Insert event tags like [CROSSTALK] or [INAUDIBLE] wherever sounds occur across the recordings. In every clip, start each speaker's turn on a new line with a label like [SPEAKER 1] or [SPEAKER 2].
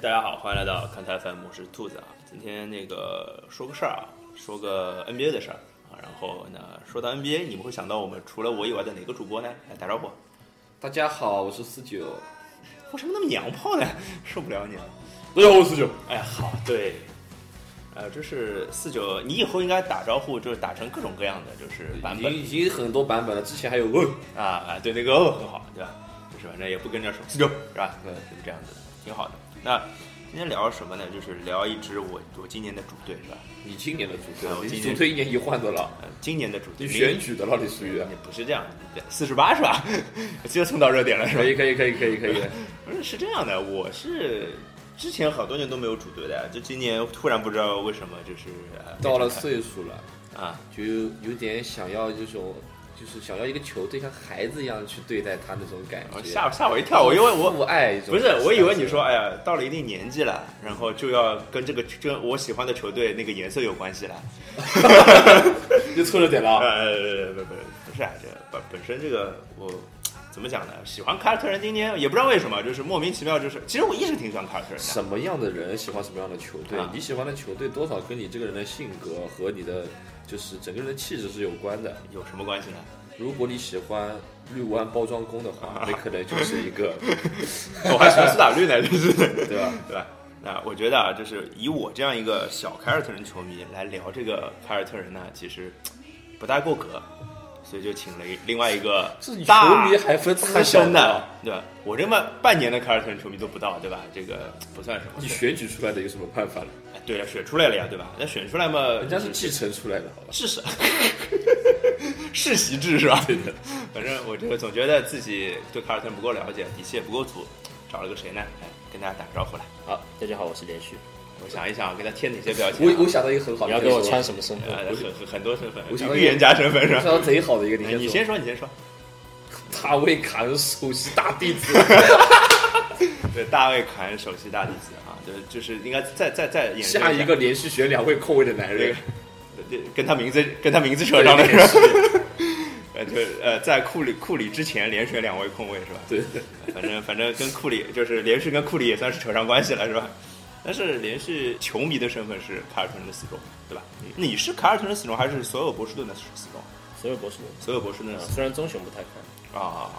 [SPEAKER 1] 大家好，欢迎来到看台 FM，我是兔子啊。今天那个说个事儿啊，说个 NBA 的事儿啊。然后呢，说到 NBA，你们会想到我们除了我以外的哪个主播呢？来打招呼。
[SPEAKER 2] 大家好，我是四九。
[SPEAKER 1] 为什么那么娘炮呢？受不了你了。
[SPEAKER 2] 大家好，我是四九。
[SPEAKER 1] 哎，好，对，呃，这是四九，你以后应该打招呼就是打成各种各样的，就是版
[SPEAKER 2] 已
[SPEAKER 1] 本
[SPEAKER 2] 经已经很多版本了，之前还有哦，
[SPEAKER 1] 啊啊，对，那个哦很好，对吧？就是反正也不跟着说四九是吧？
[SPEAKER 2] 对
[SPEAKER 1] 嗯就是这样子的，挺好的。那今天聊什么呢？就是聊一支我我今年的主队是吧？
[SPEAKER 2] 你今年的主
[SPEAKER 1] 啊我
[SPEAKER 2] 队，
[SPEAKER 1] 今
[SPEAKER 2] 你
[SPEAKER 1] 年
[SPEAKER 2] 主队一年一换的了，
[SPEAKER 1] 呃，今年的主队
[SPEAKER 2] 你选举的了，你属于
[SPEAKER 1] 也不是这样，四十八是吧？ [LAUGHS] 我记得蹭到热点了是吧
[SPEAKER 2] 可？以可以可以可以
[SPEAKER 1] [LAUGHS]
[SPEAKER 2] 可以，
[SPEAKER 1] 不是，是这样的，我是之前好多年都没有组队的，就今年突然不知道为什么就是、呃
[SPEAKER 2] 到了岁数了，
[SPEAKER 1] 啊，
[SPEAKER 2] 就有点想要这种，就是想要一个球队像孩子一样去对待他那种感
[SPEAKER 1] 我
[SPEAKER 2] 觉。
[SPEAKER 1] 哦吓吓我一跳，我因为我
[SPEAKER 2] 父爱一种
[SPEAKER 1] 不是，我以为你说，哎呀，到了一定年纪了，然后就要跟这个跟我喜欢的球队那个颜色有关系了。
[SPEAKER 2] 又错了点了啊，
[SPEAKER 1] 呃，不不不是啊，这本本身这个我怎么讲呢？喜欢凯尔特人今年也不知道为什么，就是莫名其妙，就是其实我一直挺喜欢凯尔特人的。
[SPEAKER 2] 什么样的人喜欢什么样的球队
[SPEAKER 1] 啊？
[SPEAKER 2] 你喜欢的球队多少跟你这个人的性格和你的就是整个人的气质是有关的。
[SPEAKER 1] 有什么关系呢？
[SPEAKER 2] 如果你喜欢绿湾包装工的话，那可能就是一个，
[SPEAKER 1] [LAUGHS] 我还喜欢苏打绿呢，
[SPEAKER 2] [LAUGHS]
[SPEAKER 1] 就是
[SPEAKER 2] 对吧？
[SPEAKER 1] 对吧？那我觉得啊，就是以我这样一个小凯尔特人球迷来聊这个凯尔特人呢，其实嘖不大够格，所以就请了一另外一个
[SPEAKER 2] 这球
[SPEAKER 1] 大
[SPEAKER 2] 迷还分
[SPEAKER 1] 资
[SPEAKER 2] 资
[SPEAKER 1] 深
[SPEAKER 2] 深
[SPEAKER 1] 的
[SPEAKER 2] 的，，
[SPEAKER 1] 对吧？我这么半年的凯尔特人球迷都不到，对吧？这个嘖不算什么。
[SPEAKER 2] 你选举出来的有什么办法呢？
[SPEAKER 1] 哎对了，选出来了呀，对吧？那选出来嘛，
[SPEAKER 2] 人家是继承出来的，好
[SPEAKER 1] [LAUGHS]
[SPEAKER 2] 吧？
[SPEAKER 1] 世是世袭制是吧？
[SPEAKER 2] 对的，
[SPEAKER 1] [LAUGHS] 反正我这个总觉得自己对凯尔特人不够了解，底气也不够足，找了个谁呢？来跟大家打个招呼来。
[SPEAKER 3] 好，大家好，我是连续。
[SPEAKER 1] 我想一想，给他贴哪些标签啊、
[SPEAKER 2] 我我想到一个很好
[SPEAKER 3] 你
[SPEAKER 2] 的，
[SPEAKER 3] 要给我穿，什么身份？
[SPEAKER 1] 呃，很很很多身份
[SPEAKER 2] 我想，到
[SPEAKER 1] 预言家身份是
[SPEAKER 2] 我想
[SPEAKER 1] 吧？
[SPEAKER 2] 到贼好的一个，
[SPEAKER 1] 哎你
[SPEAKER 2] 先
[SPEAKER 1] 先说，你先说。
[SPEAKER 2] 说大卫卡恩首席大弟子，
[SPEAKER 1] 对，大卫凯恩首席大弟子啊，就是就是应该再再再演
[SPEAKER 2] 下一个连续选两位控卫的男
[SPEAKER 1] 这
[SPEAKER 2] 人
[SPEAKER 1] 个，，对跟他名字跟他名字扯上了是
[SPEAKER 2] 对
[SPEAKER 1] 吧？呃，就呃，在库里库里之前连选两位空位是吧？
[SPEAKER 2] 对，
[SPEAKER 1] 反正反正跟库里就是连续跟库里也算是扯上关系了是吧？但是连续球迷的身份是凯尔特人的死忠，对吧？你是凯尔特人死忠还是所有波士顿的死忠？
[SPEAKER 3] 所有博士
[SPEAKER 1] 所有波士顿
[SPEAKER 3] 啊
[SPEAKER 1] 的死忠，
[SPEAKER 3] 虽然棕熊不太看，
[SPEAKER 1] 啊，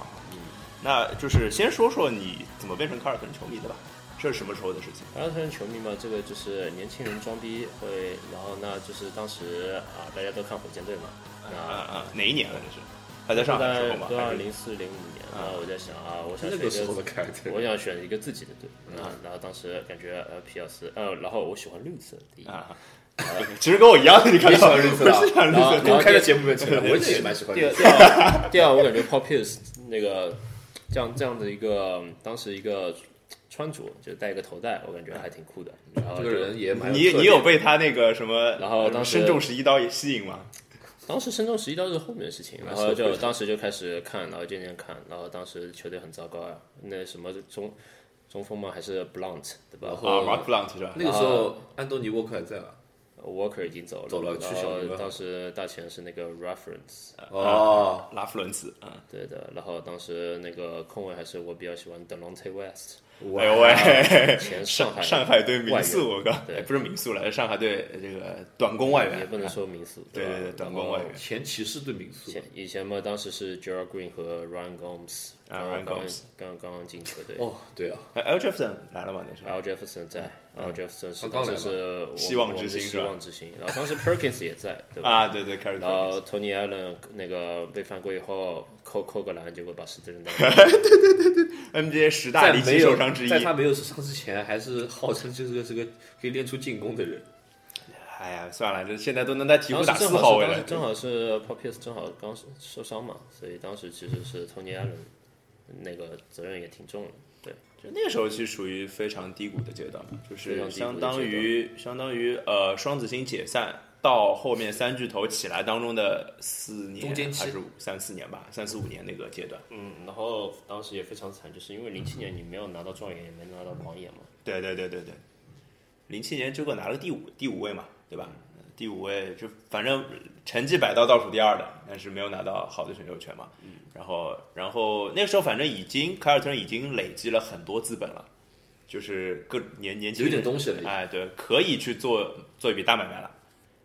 [SPEAKER 1] 那就是先说说你怎么变成凯尔特人球迷的吧，这是什么时候的事情？
[SPEAKER 3] 然后他人球迷嘛，这个就是年轻人装逼会，然后那就是当时啊，大家都看火箭队嘛，
[SPEAKER 1] 啊
[SPEAKER 3] 那
[SPEAKER 1] 啊，哪一年了？这是还在上海的时候
[SPEAKER 3] 在
[SPEAKER 1] 吗？
[SPEAKER 3] 对啊，
[SPEAKER 1] 还是
[SPEAKER 3] 零四零五年，然后我在想啊，我想
[SPEAKER 2] 那
[SPEAKER 3] 选
[SPEAKER 2] 个时
[SPEAKER 3] 一
[SPEAKER 2] 候
[SPEAKER 3] 个
[SPEAKER 2] 的凯尔特 [LAUGHS]
[SPEAKER 3] 我
[SPEAKER 2] 人，
[SPEAKER 3] 想选一个自己的队，啊，然后当时感觉呃皮尔斯，呃，然后我喜欢绿色第一，
[SPEAKER 1] 啊，其实跟我一样的，你看
[SPEAKER 2] 也喜
[SPEAKER 1] 到
[SPEAKER 2] 欢绿
[SPEAKER 1] 我
[SPEAKER 2] 色的
[SPEAKER 1] [LAUGHS] 是想绿
[SPEAKER 3] 然后
[SPEAKER 1] 色的
[SPEAKER 3] 然后
[SPEAKER 2] 公开的节目里面承认，
[SPEAKER 1] 对对对
[SPEAKER 2] [LAUGHS] 我也是蛮喜欢
[SPEAKER 3] 第
[SPEAKER 2] 的啊
[SPEAKER 3] 二，第二第二，我感觉 Paul Pierce 那个这样这样的一个当时一个穿着，就戴一个头带，我感觉还挺酷的。然后
[SPEAKER 2] 这
[SPEAKER 3] 就
[SPEAKER 2] 个人也蛮
[SPEAKER 1] 你
[SPEAKER 2] 特
[SPEAKER 1] 你
[SPEAKER 2] 点
[SPEAKER 1] 有被他那个什么，
[SPEAKER 3] 然后当时
[SPEAKER 1] 身中十一刀也吸引吗？
[SPEAKER 3] 当时深圳十一刀是后面的事情，然后就当时就开始看，然后渐渐看，然后当时球队很糟糕啊，那什么中中锋嘛还是 Blunt 对吧？
[SPEAKER 2] 然
[SPEAKER 1] 啊
[SPEAKER 2] 后
[SPEAKER 1] ，Mark Blunt 是吧？
[SPEAKER 2] 那个时候安东尼沃克还在吧？
[SPEAKER 3] Walker 已经走了，
[SPEAKER 2] 走了去
[SPEAKER 3] 然
[SPEAKER 2] 小
[SPEAKER 3] 后
[SPEAKER 2] 牛了
[SPEAKER 3] 当时大前是那个 Reference，
[SPEAKER 1] 啊
[SPEAKER 2] 哦，
[SPEAKER 1] 拉夫伦茨，嗯，
[SPEAKER 3] 对的，然后当时那个控卫还是我比较喜欢 Delonte West，
[SPEAKER 1] 哎呦喂，
[SPEAKER 3] 前上海
[SPEAKER 1] 上上海队民
[SPEAKER 3] 外援
[SPEAKER 1] 宿，我靠，
[SPEAKER 3] 对
[SPEAKER 1] 哎不是民宿了，上海队这个短工外
[SPEAKER 3] 也
[SPEAKER 1] 援，
[SPEAKER 3] 不能说
[SPEAKER 1] [LAUGHS]
[SPEAKER 3] 民宿，
[SPEAKER 1] 对
[SPEAKER 3] 吧
[SPEAKER 1] 对对，短工外援。
[SPEAKER 2] 哦前骑士对民宿
[SPEAKER 3] 前以前嘛，当时是 Gerald Green 和 Ryan Gomes，
[SPEAKER 1] 啊
[SPEAKER 3] 刚
[SPEAKER 1] Ryan
[SPEAKER 3] 刚
[SPEAKER 1] Gomes
[SPEAKER 3] 刚刚进球队。
[SPEAKER 2] 哦，对啊，
[SPEAKER 1] 哎，L Jefferson 来了吗？那时候
[SPEAKER 3] Al Jefferson 在，Al Jefferson 是
[SPEAKER 2] 刚
[SPEAKER 3] 当
[SPEAKER 2] 刚来
[SPEAKER 3] 时
[SPEAKER 2] 吧
[SPEAKER 3] 是我
[SPEAKER 1] 啊希望
[SPEAKER 3] 我们
[SPEAKER 1] 之星
[SPEAKER 3] 是
[SPEAKER 1] 是
[SPEAKER 3] 希
[SPEAKER 1] 吧
[SPEAKER 3] 望之星，然后当时 Perkins 也在，对吧？
[SPEAKER 1] 啊，对对，凯尔特
[SPEAKER 3] 然
[SPEAKER 1] 人。
[SPEAKER 3] 后 Tony Allen 那个被犯规以后扣扣个篮，结果把十字韧带
[SPEAKER 1] [LAUGHS] NBA 十大
[SPEAKER 2] 在
[SPEAKER 1] 离奇
[SPEAKER 2] 没
[SPEAKER 1] 受
[SPEAKER 2] 有
[SPEAKER 1] 伤之一。
[SPEAKER 2] 在他没有受伤之前，还是号称这个是个可以练出进攻的人。
[SPEAKER 1] 哎呀，算了，这现在都能在鹈鹕打
[SPEAKER 3] 当时
[SPEAKER 1] 四
[SPEAKER 3] 正
[SPEAKER 1] 号
[SPEAKER 3] 好
[SPEAKER 1] 位
[SPEAKER 3] 是当时
[SPEAKER 1] 了。
[SPEAKER 3] 正好是 p o p i s 正好刚受伤嘛，所以当时其实是 Tony Allen 那个责任也挺重的，对。
[SPEAKER 1] 就那个时候是属于非常低谷的阶段嘛，就
[SPEAKER 3] 非
[SPEAKER 1] 是
[SPEAKER 3] 常低谷的阶
[SPEAKER 1] 相
[SPEAKER 3] 段
[SPEAKER 1] 当于相当于呃双子星解散到后面三巨头起来当中的四年
[SPEAKER 2] 中间期
[SPEAKER 1] 还是五三四年吧，三四五年那个阶段。
[SPEAKER 3] 嗯，然后当时也非常惨，就是因为零七年你没有拿到状元，也没拿到榜眼嘛。
[SPEAKER 1] 对对对对对，零七年结果拿了第五第五位嘛，对吧？第五位就反正成绩摆到倒数第二的，但是没有拿到好的选秀权嘛。然后然后那个时候反正已经凯尔特人已经累积了很多资本了，就是各年年轻
[SPEAKER 4] 有
[SPEAKER 1] 人
[SPEAKER 4] 点东西了已经。
[SPEAKER 1] 哎，对，可以去做做一笔大买卖了。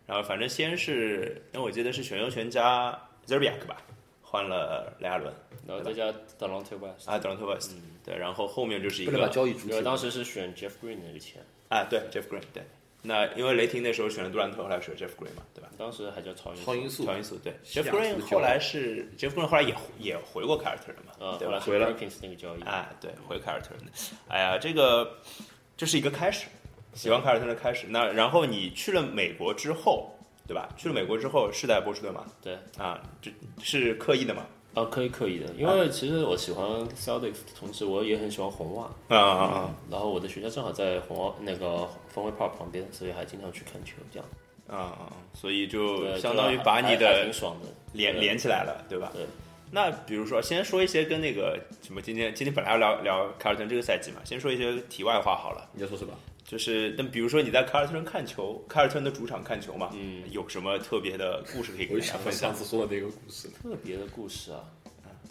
[SPEAKER 1] 然后反正先是，因为我记得是选优权加 Zerbiak 吧，换了莱亚伦
[SPEAKER 3] 然后再加 d e l o n t e West，
[SPEAKER 1] 啊 d o n t West，、对，然后后面就是
[SPEAKER 4] 嗯
[SPEAKER 1] 一
[SPEAKER 4] 不能把
[SPEAKER 1] 个
[SPEAKER 4] 交易逐
[SPEAKER 3] 因为
[SPEAKER 4] 出。
[SPEAKER 3] 当时是选 Jeff Green 那个签，
[SPEAKER 1] 啊，对 Jeff Green，对，那因为雷霆那时候选了杜兰特，后来选 Jeff Green 嘛，对吧？
[SPEAKER 3] 当时还叫超
[SPEAKER 4] 超
[SPEAKER 3] 音
[SPEAKER 4] 音
[SPEAKER 3] 速，
[SPEAKER 4] 速
[SPEAKER 1] 乔因素对
[SPEAKER 4] 西
[SPEAKER 1] ，Jeff
[SPEAKER 4] 雅图
[SPEAKER 1] Green
[SPEAKER 4] 交易
[SPEAKER 1] 后来是 Jeff Green 后来也也回过凯尔特人嘛，
[SPEAKER 3] 呃，
[SPEAKER 1] 对
[SPEAKER 3] 后
[SPEAKER 1] 吧
[SPEAKER 3] 来？是
[SPEAKER 4] 回来
[SPEAKER 3] Perkins 那个交易，
[SPEAKER 1] 啊，对，回凯尔特人的。哎呀，这个这是一个开始，喜欢凯尔特人的开始。那然后你去了美国之后，对吧？去了美国之后是在波士顿吗？
[SPEAKER 3] 对，
[SPEAKER 1] 啊，这是刻意的吗？
[SPEAKER 3] 啊，可以刻意的，因为其实我喜欢 Celtics 的同时，我也很喜欢红袜，
[SPEAKER 1] 啊啊啊
[SPEAKER 3] 然后我的学校正好在红袜那个风味 park 旁边，所以还经常去看球，这样
[SPEAKER 1] 啊啊！所以就
[SPEAKER 3] 对
[SPEAKER 1] 相当于
[SPEAKER 3] 就还
[SPEAKER 1] 把你
[SPEAKER 3] 还还
[SPEAKER 1] 的
[SPEAKER 3] 挺爽的
[SPEAKER 1] 连
[SPEAKER 3] 对
[SPEAKER 1] 连起来了，对吧？
[SPEAKER 3] 对。
[SPEAKER 1] 那比如说，先说一些跟那个什么，今天今天本来要聊聊凯尔特人这个赛季嘛，先说一些题外话好了。
[SPEAKER 4] 你在说什么？
[SPEAKER 1] 就是，那比如说你在凯尔特人看球，凯尔特人的主场看球嘛，嗯，有什么特别的故事可以
[SPEAKER 4] 我
[SPEAKER 1] 跟
[SPEAKER 4] 就
[SPEAKER 1] 大家
[SPEAKER 4] 想到
[SPEAKER 1] 分
[SPEAKER 4] 上
[SPEAKER 1] 享？
[SPEAKER 4] 次说的那个故事，
[SPEAKER 3] 特别的故事啊，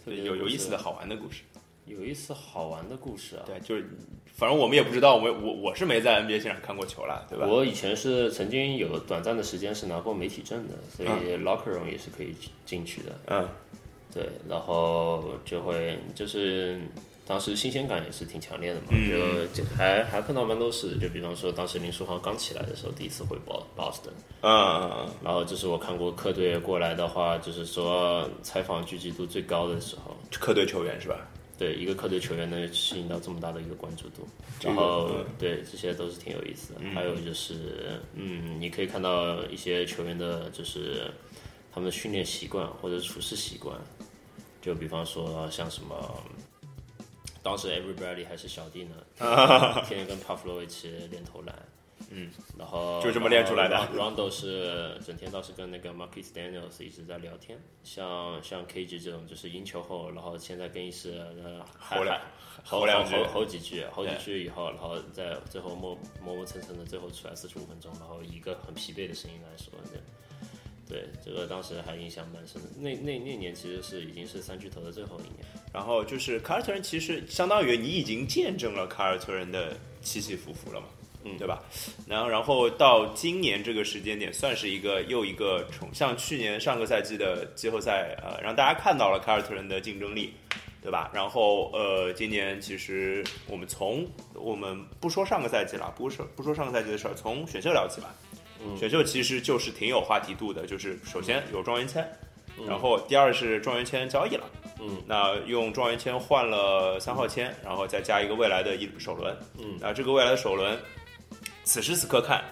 [SPEAKER 3] 特
[SPEAKER 1] 对，
[SPEAKER 3] 别
[SPEAKER 1] 嗯有有意思的
[SPEAKER 3] 故事，
[SPEAKER 1] 好玩的故事。
[SPEAKER 3] 有意思好玩的故事啊。
[SPEAKER 1] 对，就是反正我们也不知道，我我我是没在 NBA 现场看过球啦，对吧？
[SPEAKER 3] 我以前是曾经有短暂的时间是拿过媒体证的，所以
[SPEAKER 1] 啊
[SPEAKER 3] locker room 也是可以进去的。
[SPEAKER 1] 嗯
[SPEAKER 3] 对，然后就会就是当时新鲜感也是挺强烈的嘛，
[SPEAKER 1] 嗯
[SPEAKER 3] 就就还还碰到蛮多事，就比方说当时林书豪刚起来的时候，第一次回 Bo- Boston，
[SPEAKER 1] 嗯嗯
[SPEAKER 3] 然后这是我看过客队过来的话，就是说采访聚集度最高的时候，
[SPEAKER 1] 嗯，客队球员是吧？
[SPEAKER 3] 对一个客队球员能吸引到这么大的一个关注度，
[SPEAKER 1] 这个嗯
[SPEAKER 3] 然后对这些都是挺有意思的。还有就是，嗯，你可以看到一些球员的，就是他们的训练习惯或者处事习惯，就比方说像什么。当时 Everybody 还是小弟呢，天天跟帕弗洛一起练投篮，嗯，然后
[SPEAKER 1] 就这么练出来的
[SPEAKER 3] 然后 Rondo 是整天倒是跟那个 Marcus Daniels 一直在聊天，像像 KG 这种就是赢球后，然后先在更衣室呃还
[SPEAKER 1] 吼两
[SPEAKER 3] 还
[SPEAKER 1] 吼
[SPEAKER 3] 吼
[SPEAKER 1] 两句
[SPEAKER 3] 吼吼几句，吼几句以后，然后再最后磨磨磨蹭蹭的，最后出来四十五分钟，然后以一个很疲惫的声音来说，对。对，这个当时还印象蛮深的。那那那年其实是已经是三巨头的最后一年，
[SPEAKER 1] 然后就是凯尔特人，其实相当于你已经见证了凯尔特人的起起伏伏了嘛，
[SPEAKER 3] 嗯
[SPEAKER 1] 对吧？然后然后到今年这个时间点，算是一个又一个重，像去年上个赛季的季后赛，呃，让大家看到了凯尔特人的竞争力，对吧？然后呃，今年其实我们从我们不说上个赛季了，不说不说上个赛季的事儿，从选秀聊起吧。选秀其实就是挺有话题度的，就是首先有状元签，然后第二是状元签交易了。那用状元签换了三号签，然后再加一个未来的一首轮。
[SPEAKER 3] 嗯，
[SPEAKER 1] 那这个未来的首轮，此时此刻看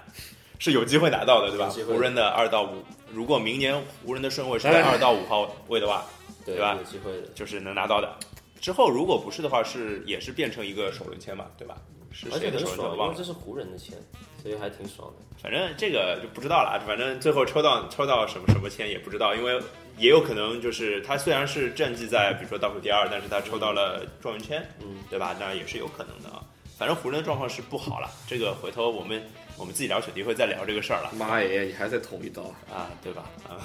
[SPEAKER 1] 是有机会拿到的，对吧
[SPEAKER 4] 有机？会
[SPEAKER 1] 湖人的二到五，如果明年湖人的顺位是
[SPEAKER 3] 哎
[SPEAKER 1] 在二到五号位的话，
[SPEAKER 3] 对
[SPEAKER 1] 对吧
[SPEAKER 3] 有机会的。
[SPEAKER 1] 就是能拿到的。之后如果不是的话，是也是变成一个首轮签嘛，对吧？是
[SPEAKER 3] 而
[SPEAKER 1] 谁
[SPEAKER 3] 且
[SPEAKER 1] 的
[SPEAKER 3] 很
[SPEAKER 1] 首轮签
[SPEAKER 3] 爽，
[SPEAKER 1] 我
[SPEAKER 3] 因
[SPEAKER 1] 忘
[SPEAKER 3] 为
[SPEAKER 1] 了，
[SPEAKER 3] 这是湖人的钱，所以还挺爽的。
[SPEAKER 1] 反正这个就不知道了。啊反正最后抽到抽到什么什么签也不知道，因为也有可能就是他虽然是战绩在比如说倒数第二，但是他抽到了状元签，
[SPEAKER 3] 嗯，
[SPEAKER 1] 对吧？那也是有可能的啊。反正湖人的状况是不好了，这个回头我们我们自己聊雪地会再聊这个事儿了
[SPEAKER 4] 妈耶，你还在捅一刀？
[SPEAKER 1] 啊，对吧？啊，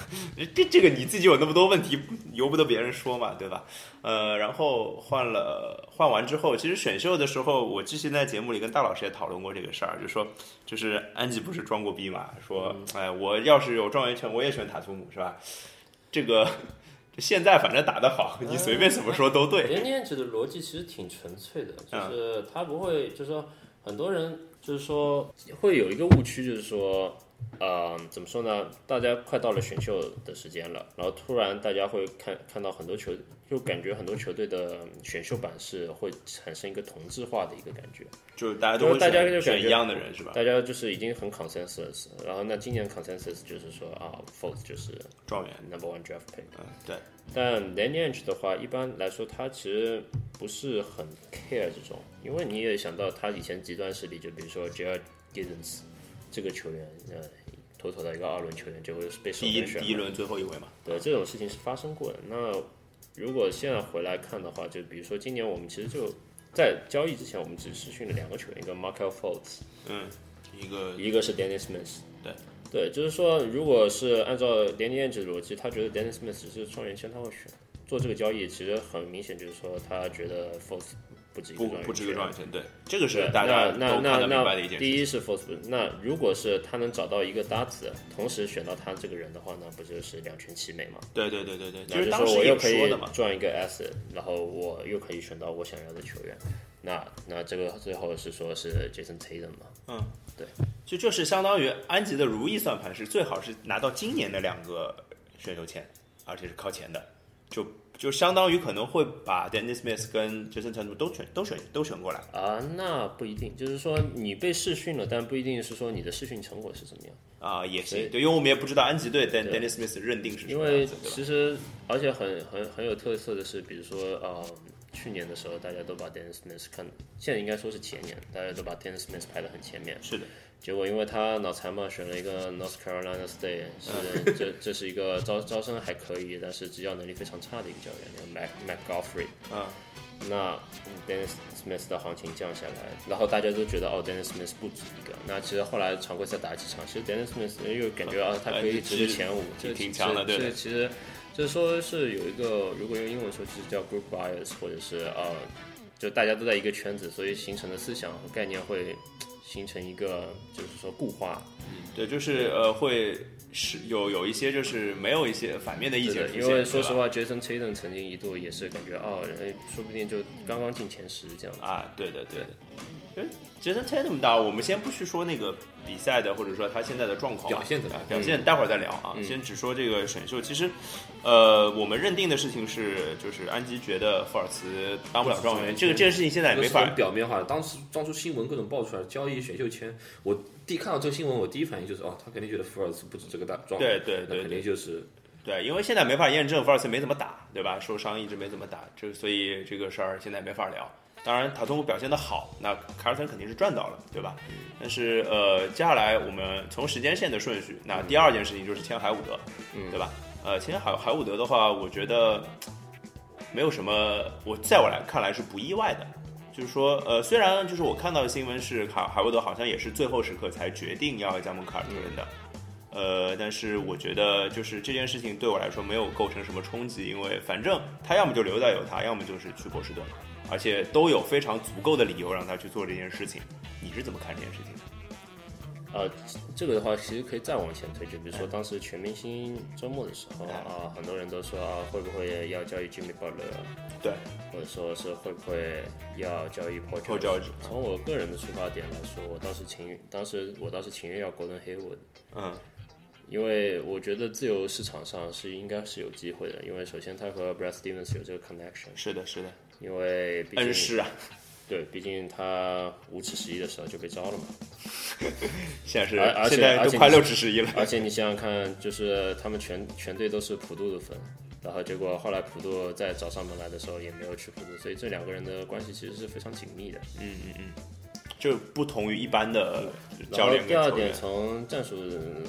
[SPEAKER 1] 这这个你自己有那么多问题，由不得别人说嘛，对吧？呃，然后换了换完之后，其实选秀的时候，我之前在节目里跟大老师也讨论过这个事儿，就说就是安吉不是装过逼嘛，说
[SPEAKER 3] 嗯
[SPEAKER 1] 哎，我要是有状元权，我也选塔图姆，是吧？这个现在反正打得好，你随便怎么说都对，
[SPEAKER 3] 人家这的逻辑其实挺纯粹的，就是他不会，就是说很多人就是说会有一个误区，就是说。呃，怎么说呢？大家快到了选秀的时间了，然后突然大家会看看到很多球，就感觉很多球队的选秀版是会产生一个同质化的一个感觉。嗯
[SPEAKER 1] 就是大家都会
[SPEAKER 3] 大家
[SPEAKER 1] 选
[SPEAKER 3] 就感
[SPEAKER 1] 选
[SPEAKER 3] 觉
[SPEAKER 1] 一样的人，是吧？
[SPEAKER 3] 大家就是已经很 consensus，然后那今年 consensus 就是说啊 f o r t 就是
[SPEAKER 1] 状元，
[SPEAKER 3] number one draft pick。
[SPEAKER 1] 嗯，对。
[SPEAKER 3] 但 l a n a g e 的话，一般来说他其实不是很 care 这种，因为你也想到他以前极端势力，就比如说 j r Giddens 这个球员，呃，妥妥的一个二轮球员，结果被首
[SPEAKER 1] 第一
[SPEAKER 3] 轮选
[SPEAKER 1] 第一
[SPEAKER 3] 了
[SPEAKER 1] 轮最后一位嘛，
[SPEAKER 3] 对，这种事情是发生过的。那如果现在回来看的话，就比如说今年我们其实就在交易之前，我们只试训了两个球员，一个 Markel Fultz，
[SPEAKER 1] 嗯，一个
[SPEAKER 3] 一个是 Dennis Smith。
[SPEAKER 1] 对
[SPEAKER 3] 对，就是说，如果是按照 Danny Ainge 的逻辑，他觉得 Dennis Smith 只是状元签，他会选做这个交易。其实很明显就是说，他觉得 Force 不止一
[SPEAKER 1] 不
[SPEAKER 3] 个状元
[SPEAKER 1] 不止一个
[SPEAKER 3] 缺
[SPEAKER 1] 状元圈，对，这个是
[SPEAKER 3] 对
[SPEAKER 1] 大家
[SPEAKER 3] 那
[SPEAKER 1] 都
[SPEAKER 3] 那
[SPEAKER 1] 看
[SPEAKER 3] 那
[SPEAKER 1] 得明白的一
[SPEAKER 3] 那
[SPEAKER 1] 件
[SPEAKER 3] 第
[SPEAKER 1] 事。
[SPEAKER 3] 一是 f o r c e 那如果是他能找到一个搭子，同时选到他这个人的话，那不就是两全其美吗？
[SPEAKER 1] 对对对对对，
[SPEAKER 3] 那
[SPEAKER 1] 其实
[SPEAKER 3] 就
[SPEAKER 1] 当
[SPEAKER 3] 是
[SPEAKER 1] 时
[SPEAKER 3] 我
[SPEAKER 1] 也
[SPEAKER 3] 又可
[SPEAKER 1] 说
[SPEAKER 3] 以
[SPEAKER 1] 的嘛，
[SPEAKER 3] 赚一个 asset，然后我又可以选到我想要的球员。那那这个最后是说是 Jason Tatum 嘛？
[SPEAKER 1] 就就是相当于安吉的如意算盘是最好是拿到今年的两个选秀签，而且是靠前的，就就相当于可能会把 Dennis Smith 跟 Jason Tatum 都选都选都选过来。
[SPEAKER 3] 啊，那不一定，就是说你被试训了，但不一定是说你的试训成果是怎么样。
[SPEAKER 1] 啊、也
[SPEAKER 3] 所以
[SPEAKER 1] 行，对，因为我们也不知道安吉对 Den
[SPEAKER 3] 对
[SPEAKER 1] Dennis Smith 认定是什
[SPEAKER 3] 因
[SPEAKER 1] 么
[SPEAKER 3] 为
[SPEAKER 1] 样子，对吧？
[SPEAKER 3] 其实而且很很很有特色的是，比如说呃，去年的时候大家都把 Dennis Smith 看，现在应该说是前年，大家都把 Dennis Smith 排得很前面。
[SPEAKER 1] 是的，
[SPEAKER 3] 结果因为他脑残嘛，选了一个 North Carolina State，是
[SPEAKER 1] 嗯
[SPEAKER 3] 这这是一个招招生还可以，但是执教能力非常差的一个教练，那个 Mac McGoffrey。
[SPEAKER 1] 嗯，
[SPEAKER 3] 那 Dennis Smith 的行情降下来，然后大家都觉得哦，Dennis Smith 不止一个。那其实后来常规赛打了几场，其实 Dennis Smith 又感觉啊，他可以值个前五，
[SPEAKER 1] 挺
[SPEAKER 3] 这
[SPEAKER 1] 挺强的对的
[SPEAKER 3] 这其实就是说是有一个，如果用英文说，就是叫 group bias，或者是呃，就大家都在一个圈子，所以形成的思想和概念会形成一个就是说固化。
[SPEAKER 1] 对，就是呃，会是有有一些就是没有一些反面的意
[SPEAKER 3] 对
[SPEAKER 1] 见
[SPEAKER 3] 的
[SPEAKER 1] 出现，
[SPEAKER 3] 因为说实
[SPEAKER 1] 对吧
[SPEAKER 3] 话，Jason Tatum 曾经一度也是感觉哦，哎说不定就刚刚进前十这样子。
[SPEAKER 1] 啊，对的对的。其实 Jason Tatum 的，我们先不去说那个比赛的，或者说他现在的状况啊
[SPEAKER 4] 表现怎么样？
[SPEAKER 1] 表现待会儿再聊啊，先只说这个选秀。其实，呃，我们认定的事情是，就是安吉觉得福尔茨当不了状元，这个这件事情现在也
[SPEAKER 4] 这
[SPEAKER 1] 哎没
[SPEAKER 4] 是
[SPEAKER 1] 法
[SPEAKER 4] 很表面化的。当时当初新闻各种爆出来，交易选秀签，我第一看到这个新闻，我第一反应就是哦，他肯定觉得福尔茨不止这个大状
[SPEAKER 1] 对
[SPEAKER 4] 元，
[SPEAKER 1] 对
[SPEAKER 4] 那
[SPEAKER 1] 对
[SPEAKER 4] 肯
[SPEAKER 1] 对
[SPEAKER 4] 定就是
[SPEAKER 1] 对，因为现在没法验证，福尔茨没怎么打，对吧？受伤一直没怎么打，这所以这个事儿现在没法聊。当然，塔图姆表现的好，那卡尔特肯定是赚到了，对吧？但是呃，接下来我们从时间线的顺序，那第二件事情就是签海伍德，对吧？呃，签海海伍德的话，我觉得没有什么，我在我来看来是不意外的。就是说，呃，虽然就是我看到的新闻是卡海沃德好像也是最后时刻才决定要加盟卡尔特人的，呃，但是我觉得就是这件事情对我来说没有构成什么冲击，因为反正他要么就留在犹他，要么就是去波士顿，而且都有非常足够的理由让他去做这件事情。你是怎么看这件事情？
[SPEAKER 3] 呃，这个的话其实可以再往前推，就比如说当时全明星周末的时
[SPEAKER 1] 嗯
[SPEAKER 3] 候啊，很多人都说啊，会不会要交易 Jimmy Butler，啊
[SPEAKER 1] 对，
[SPEAKER 3] 或者说是会不会要交易 Paul
[SPEAKER 1] Paul
[SPEAKER 3] George？
[SPEAKER 1] George，嗯
[SPEAKER 3] 从我个人的出发点来说，我当时情，当时我倒是情愿要 Golden Hayward，
[SPEAKER 1] 嗯，
[SPEAKER 3] 因为我觉得自由市场上是应该是有机会的，因为首先他和 Brad Stevens 有这个 connection，
[SPEAKER 1] 是的，是的，
[SPEAKER 3] 因为毕
[SPEAKER 1] 恩
[SPEAKER 3] 竟
[SPEAKER 1] 师啊，
[SPEAKER 3] 对，毕竟他五尺十一的时候就被招了嘛。
[SPEAKER 1] [LAUGHS] 现在是
[SPEAKER 3] 而而且
[SPEAKER 1] 现在
[SPEAKER 3] 而
[SPEAKER 1] 都
[SPEAKER 3] 且
[SPEAKER 1] 快
[SPEAKER 3] 你
[SPEAKER 1] 六尺十一了，
[SPEAKER 3] 而且你想想看，就是他们全全队都是普渡的粉，然后结果后来普渡再找上门来的时候也没有去普渡，所以这两个人的关系其实是非常紧密的。
[SPEAKER 1] 就不同于一般的
[SPEAKER 3] 然
[SPEAKER 1] 教
[SPEAKER 3] 后
[SPEAKER 1] 练
[SPEAKER 3] 第
[SPEAKER 1] 跟
[SPEAKER 3] 二
[SPEAKER 1] 球员
[SPEAKER 3] 点，。从战术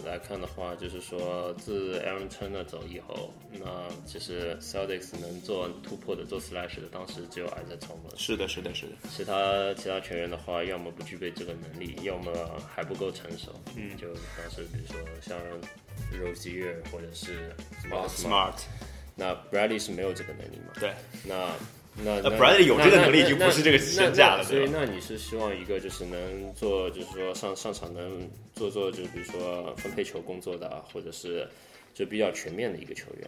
[SPEAKER 3] 来看的话，就是说自 Aaron Turner 走以后，那其实 Celtics 能做突破的、做 slash 的，当时只有 Isaac Thomas，
[SPEAKER 1] 是的，是的，是的，
[SPEAKER 3] 其他其他球员的话，要么不具备这个能力，要么还不够成熟。嗯，就当时比如说像 Rozier 或者是
[SPEAKER 4] Smart
[SPEAKER 1] smart，
[SPEAKER 3] 那 Bradley 是没有这个能力嘛？
[SPEAKER 1] 对，
[SPEAKER 3] 那那
[SPEAKER 1] 那呃 Bradley 有这个
[SPEAKER 3] 那
[SPEAKER 1] 能力
[SPEAKER 3] 那
[SPEAKER 1] 就不
[SPEAKER 3] 那
[SPEAKER 1] 是这个
[SPEAKER 3] 那
[SPEAKER 1] 身价
[SPEAKER 3] 那
[SPEAKER 1] 了
[SPEAKER 3] 所以
[SPEAKER 1] 对
[SPEAKER 3] 那你是希望一个就是能做，就是说上上场能做做，就比如说分配球工作的啊，或者是就比较全面的一个球员。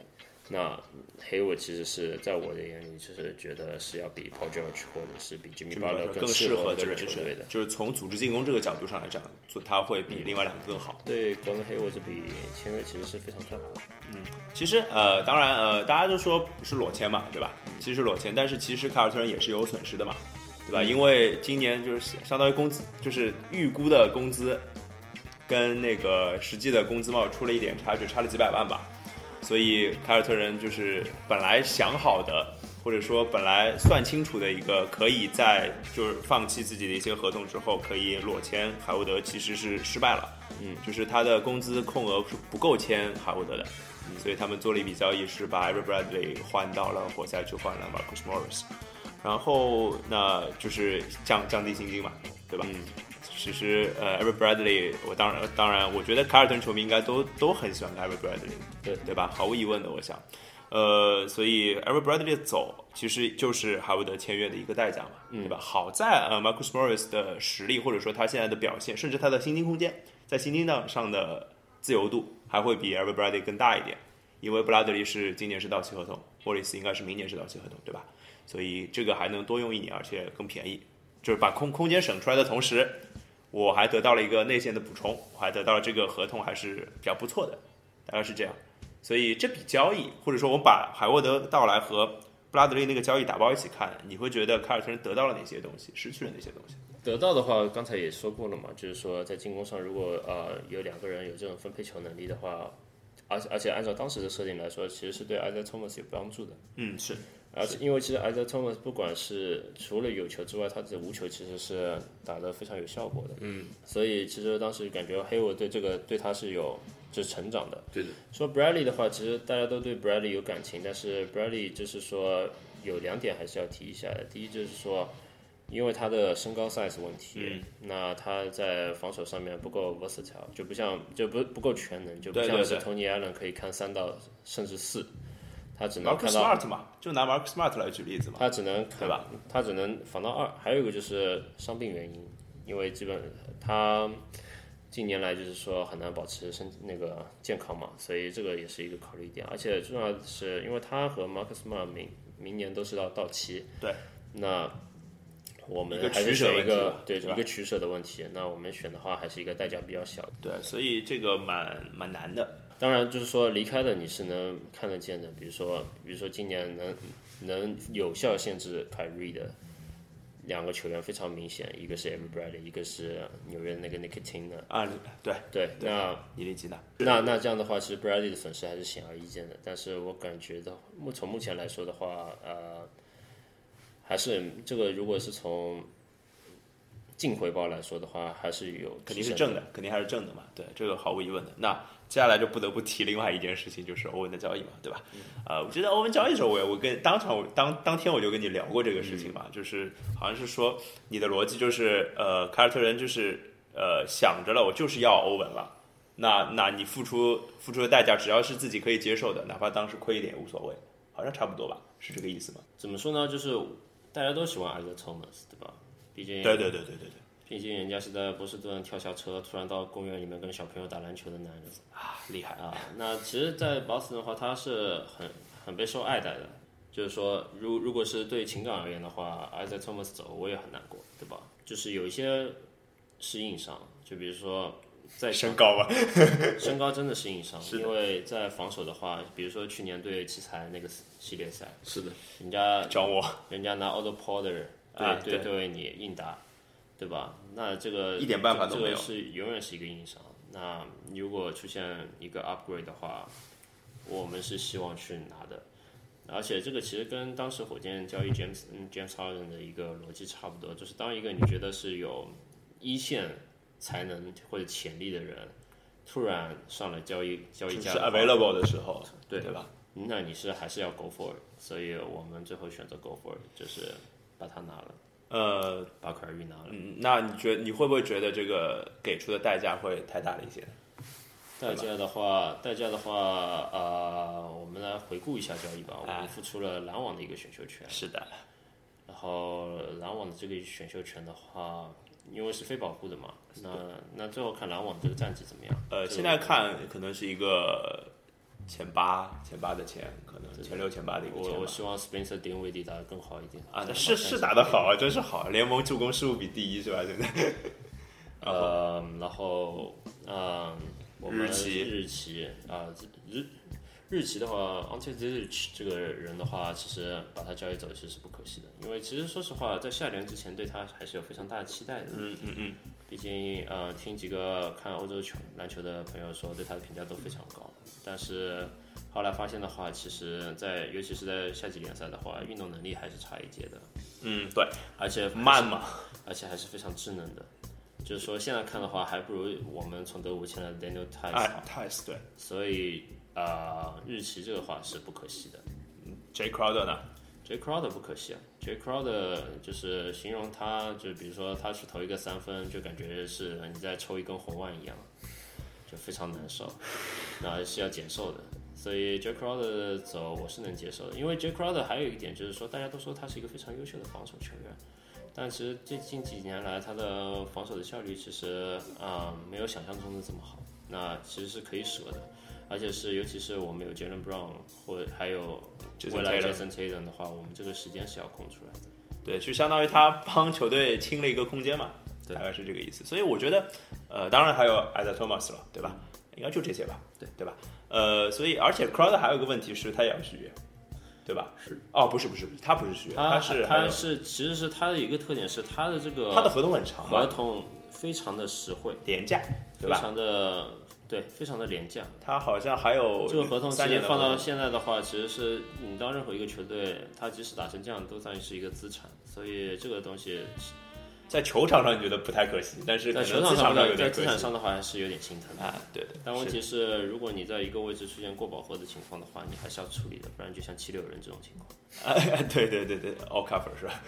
[SPEAKER 3] 那黑我其实是在我的眼里，就是觉得是要比 Paul George 或者是比 Jimmy
[SPEAKER 1] 这么
[SPEAKER 3] Butler
[SPEAKER 1] 说更
[SPEAKER 3] 适
[SPEAKER 1] 合
[SPEAKER 3] 这
[SPEAKER 1] 人
[SPEAKER 3] 个球队
[SPEAKER 1] 选
[SPEAKER 3] 的，。
[SPEAKER 1] 就是从组织进攻这个角度上来讲，做他会比另外两个更好。
[SPEAKER 3] 对，国内黑我这笔签约其实是非常看好的。
[SPEAKER 1] 其实呃，当然呃，大家都说是裸签嘛，对吧？其实是裸签，但是其实凯尔特人也是有损失的嘛，对吧？因为今年就是相当于工资，就是预估的工资跟那个实际的工资嘛出了一点差距，差了几百万吧。所以凯尔特人就是本来想好的，或者说本来算清楚的一个，可以在就是放弃自己的一些合同之后，可以裸签海沃德，其实是失败了。嗯，就是他的工资空额是不够签海沃德的，所以他们做了一笔交易，是把 Avery Bradley 换到了活塞，去换了 Marcus Morris。然后那就是降降低薪金嘛，对吧？嗯。其实呃，Avery Bradley，我当然当然，我觉得凯尔特人球迷应该都都很喜欢 Avery Bradley，
[SPEAKER 3] 对
[SPEAKER 1] 对吧？毫无疑问的，我想。呃，所以 e r i c Bradley 的走其实就是哈维德签约的一个代价嘛，对吧？好在呃，Marcus Morris 的实力或者说他现在的表现，甚至他的薪金空间，在薪金上上的自由度还会比 e r i c Bradley 更大一点，因为布拉德利是今年是到期合同，莫里斯应该是明年是到期合同，对吧？所以这个还能多用一年，而且更便宜，就是把空空间省出来的同时，我还得到了一个内线的补充，我还得到了这个合同还是比较不错的，大概是这样。所以这笔交易，或者说我们把海沃德到来和布拉德利那个交易打包一起看，你会觉得凯尔特人得到了哪些东西，失去了哪些东西？
[SPEAKER 3] 得到的话，刚才也说过了嘛，就是说在进攻上，如果呃有两个人有这种分配球能力的话，而且而且按照当时的设定来说，其实是对 Isaiah Thomas 有帮助的。
[SPEAKER 1] 嗯，是
[SPEAKER 3] 而且因为其实 Isaiah Thomas 不管是除了有球之外，他的无球其实是打得非常有效果的。嗯，所以其实当时感觉黑我对这个对他是有就是成长的。
[SPEAKER 4] 对的，
[SPEAKER 3] 说 Bradley 的话，其实大家都对 Bradley 有感情，但是 Bradley 就是说有两点还是要提一下的。第一就是说，因为他的身高 size 问题，
[SPEAKER 1] 嗯
[SPEAKER 3] 那他在防守上面不够 versatile，就不像就不不够全能，就不
[SPEAKER 1] 对
[SPEAKER 3] 像
[SPEAKER 1] 对
[SPEAKER 3] 是
[SPEAKER 1] 对
[SPEAKER 3] Tony Allen 可以看三到甚至四，他只能
[SPEAKER 1] Marcus
[SPEAKER 3] 看到
[SPEAKER 1] Smart 嘛，就拿 Marcus Smart 来举例子嘛，
[SPEAKER 3] 他只能砍
[SPEAKER 1] 对吧？
[SPEAKER 3] 他只能防到二。还有一个就是伤病原因，因为基本他近年来就是说很难保持身那个健康嘛，所以这个也是一个考虑点。而且重要的是，因为他和 Marcus Smart 明明年都是要到期，
[SPEAKER 1] 对，
[SPEAKER 3] 那。我们
[SPEAKER 1] 一个
[SPEAKER 3] 还是
[SPEAKER 1] 取舍
[SPEAKER 3] 选一
[SPEAKER 1] 问题
[SPEAKER 3] 个
[SPEAKER 1] 嘛
[SPEAKER 3] 对
[SPEAKER 1] 是吧
[SPEAKER 3] 一个取舍的问题。那我们选的话，还是一个代价比较小的
[SPEAKER 1] 对，所以这个蛮蛮难的，
[SPEAKER 3] 当然，就是说离开的你是能看得见的，比如说，比如说今年能能有效限制凯瑞的两个球员非常明显，一个是 Avery Bradley，一个是纽约的那个 Nikitina。
[SPEAKER 1] 啊，对，
[SPEAKER 3] 对，
[SPEAKER 1] 对
[SPEAKER 3] 那
[SPEAKER 1] 伊利吉纳，
[SPEAKER 3] 那那这样的话，其实 Bradley 的损失还是显而易见的。但是我感觉到，目从目前来说的话，呃，还是这个如果是从净回报来说的话，还是有
[SPEAKER 1] 肯定
[SPEAKER 3] 提
[SPEAKER 1] 是
[SPEAKER 3] 升的
[SPEAKER 1] 正的，肯定还是正的嘛，对，这个毫无疑问的。那接下来就不得不提另外一件事情，就是欧文的交易嘛，对吧？
[SPEAKER 3] 嗯
[SPEAKER 1] 呃，我记得欧文交易的时候，我也我跟当场我当当天我就跟你聊过这个事情嘛，
[SPEAKER 3] 嗯
[SPEAKER 1] 就是好像是说你的逻辑就是呃，凯尔特人就是呃想着了，我就是要欧文了。那那你付出付出的代价，只要是自己可以接受的，哪怕当时亏一点也无所谓，好像差不多吧，是这个意思吗？
[SPEAKER 3] 怎么说呢？就是大家都喜欢 Isaiah Thomas，对吧？毕竟
[SPEAKER 1] 对对对对对对，
[SPEAKER 3] 毕竟人家是在波士顿跳下车，突然到公园里面跟小朋友打篮球的男人
[SPEAKER 1] 啊，厉害！
[SPEAKER 3] 啊。那其实，在 Boston 的话，他是很很被受爱戴的。就是说，如如果是对情感而言的话，Isaiah Thomas 走，我也很难过，对吧？就是有一些是硬伤，就比如说
[SPEAKER 1] [LAUGHS]
[SPEAKER 3] 在
[SPEAKER 1] 身高吧，
[SPEAKER 3] 身高真的是硬伤，
[SPEAKER 1] 是的
[SPEAKER 3] 因为在防守的话，比如说去年对奇才那个系列赛，
[SPEAKER 4] 是的，
[SPEAKER 3] 人家
[SPEAKER 1] 找我
[SPEAKER 3] 人家拿 Otto Porter
[SPEAKER 1] 啊
[SPEAKER 3] 对
[SPEAKER 1] 对
[SPEAKER 3] 对位你硬打，对吧？那这个
[SPEAKER 1] 一点办法
[SPEAKER 3] 这
[SPEAKER 1] 都没有
[SPEAKER 3] 这个是永远是一个硬伤。那如果出现一个 upgrade 的话，我们是希望去拿的。而且这个其实跟当时火箭交易 James 嗯 James Harden 的一个逻辑差不多，就是当一个你觉得是有一线才能或者潜力的人，突然上了交易交易
[SPEAKER 1] 就是
[SPEAKER 3] 价，
[SPEAKER 1] available 的时候，
[SPEAKER 3] 对
[SPEAKER 1] 对吧？
[SPEAKER 3] 嗯那你是还是要 go for it，所以我们最后选择 go for it，就是把它拿了，
[SPEAKER 1] 呃，
[SPEAKER 3] 把凯瑞拿了。
[SPEAKER 1] 嗯，那你觉你会不会觉得这个给出的代价会太大了一些？
[SPEAKER 3] 代价的话，代价的话，呃，我们来回顾一下交易吧。我
[SPEAKER 1] 哎
[SPEAKER 3] 们付出了篮网的一个选秀权，
[SPEAKER 1] 是的，
[SPEAKER 3] 然后篮网的这个选秀权的话，因为是非保护的嘛，那那最后看篮网这个战绩怎么样。
[SPEAKER 1] 呃，
[SPEAKER 3] 这个
[SPEAKER 1] 现在看可能是一个前八、前八的前，可能前六、前八的一个
[SPEAKER 3] 我
[SPEAKER 1] 前
[SPEAKER 3] 我
[SPEAKER 1] 吧。
[SPEAKER 3] 希望 Spencer 丁威迪打得更好一点
[SPEAKER 1] 啊，那
[SPEAKER 3] 这样
[SPEAKER 1] 是
[SPEAKER 3] 好战绩
[SPEAKER 1] 是打得好啊，真是好啊，联盟助攻失误比第一是吧？现在
[SPEAKER 3] 呃，然后嗯，我们
[SPEAKER 1] 啊日期
[SPEAKER 3] 日期啊、日日期的话 a n t e z i c 这个人的话，其实把他交易走其实是不可惜的，因为其实说实话，在下联之前对他还是有非常大的期待的。
[SPEAKER 1] 嗯嗯嗯，
[SPEAKER 3] 毕竟呃，听几个看欧洲球篮球的朋友说，对他的评价都非常高。但是后来发现的话，其实在尤其是在夏季联赛的话，运动能力还是差一截的，
[SPEAKER 1] 嗯，对，
[SPEAKER 3] 而且
[SPEAKER 1] 慢嘛，
[SPEAKER 3] 而且还是非常智能的。就是说，现在看的话，还不如我们从德国签来的 Daniel t i
[SPEAKER 1] 哎
[SPEAKER 3] e，
[SPEAKER 1] 泰斯对
[SPEAKER 3] 所以啊、呃日期这个话是不可惜的。
[SPEAKER 1] ，J Crowder 呢？
[SPEAKER 3] J Crowder 不可惜啊，J Crowder 就是形容他，就比如说他去投一个三分，就感觉是呃你在抽一根红腕一样，就非常难受，那是要减寿的。所以 Jack Crowder 走我是能接受的，因为 Jack Crowder 还有一点就是说，大家都说他是一个非常优秀的防守球员，但其实最近几年来他的防守的效率其实啊、没有想象中的这么好，那其实是可以舍的，而且是尤其是我们有 Jalen Brown 或还有
[SPEAKER 1] Jason
[SPEAKER 3] 未来
[SPEAKER 1] Tatum
[SPEAKER 3] Jason Tatum 的话，我们这个时间是要空出来的。
[SPEAKER 1] 对，就相当于他帮球队清了一个空间嘛，
[SPEAKER 3] 对
[SPEAKER 1] 大概是这个意思。所以我觉得，呃，当然还有 Isaiah Thomas 了，对吧？应该就这些吧，对对吧？呃，所以而且 Crowder 还有一个问题是，他也要续约，对吧？
[SPEAKER 4] 是
[SPEAKER 1] 哦，不是不是不是，他不是续约，
[SPEAKER 3] 他
[SPEAKER 1] 是还
[SPEAKER 3] 他
[SPEAKER 1] 有
[SPEAKER 3] 是其实是他的一个特点是他的这个
[SPEAKER 1] 他的合同很长
[SPEAKER 3] 合
[SPEAKER 1] 嘛，
[SPEAKER 3] 同非常的实惠，
[SPEAKER 1] 廉价，对
[SPEAKER 3] 非
[SPEAKER 1] 吧？
[SPEAKER 3] 常的对，非常的廉价。
[SPEAKER 1] 他好像还有
[SPEAKER 3] 这个合同其
[SPEAKER 1] 哦三
[SPEAKER 3] 实
[SPEAKER 1] 年的合
[SPEAKER 3] 放
[SPEAKER 1] 同
[SPEAKER 3] 到现在的话，其实是你到任何一个球队，他即使打成这样，都算是一个资产。所以这个东西
[SPEAKER 1] 在球场上你觉得不太可惜，但是可
[SPEAKER 3] 在球
[SPEAKER 1] 能
[SPEAKER 3] 场
[SPEAKER 1] 资
[SPEAKER 3] 上
[SPEAKER 1] 场
[SPEAKER 3] 不能，
[SPEAKER 1] 有
[SPEAKER 3] 在
[SPEAKER 1] 点
[SPEAKER 3] 资
[SPEAKER 1] 可
[SPEAKER 3] 产
[SPEAKER 1] 惜
[SPEAKER 3] 上的话还是有点心疼的。
[SPEAKER 1] 啊，对的。
[SPEAKER 3] 但问
[SPEAKER 1] 是
[SPEAKER 3] 题是，如果你在一个位置出现过饱和的情况的话，你还是要处理的，不然就像七六人这种情况。
[SPEAKER 1] 哎， [LAUGHS] 对对对对，all cover 是吧？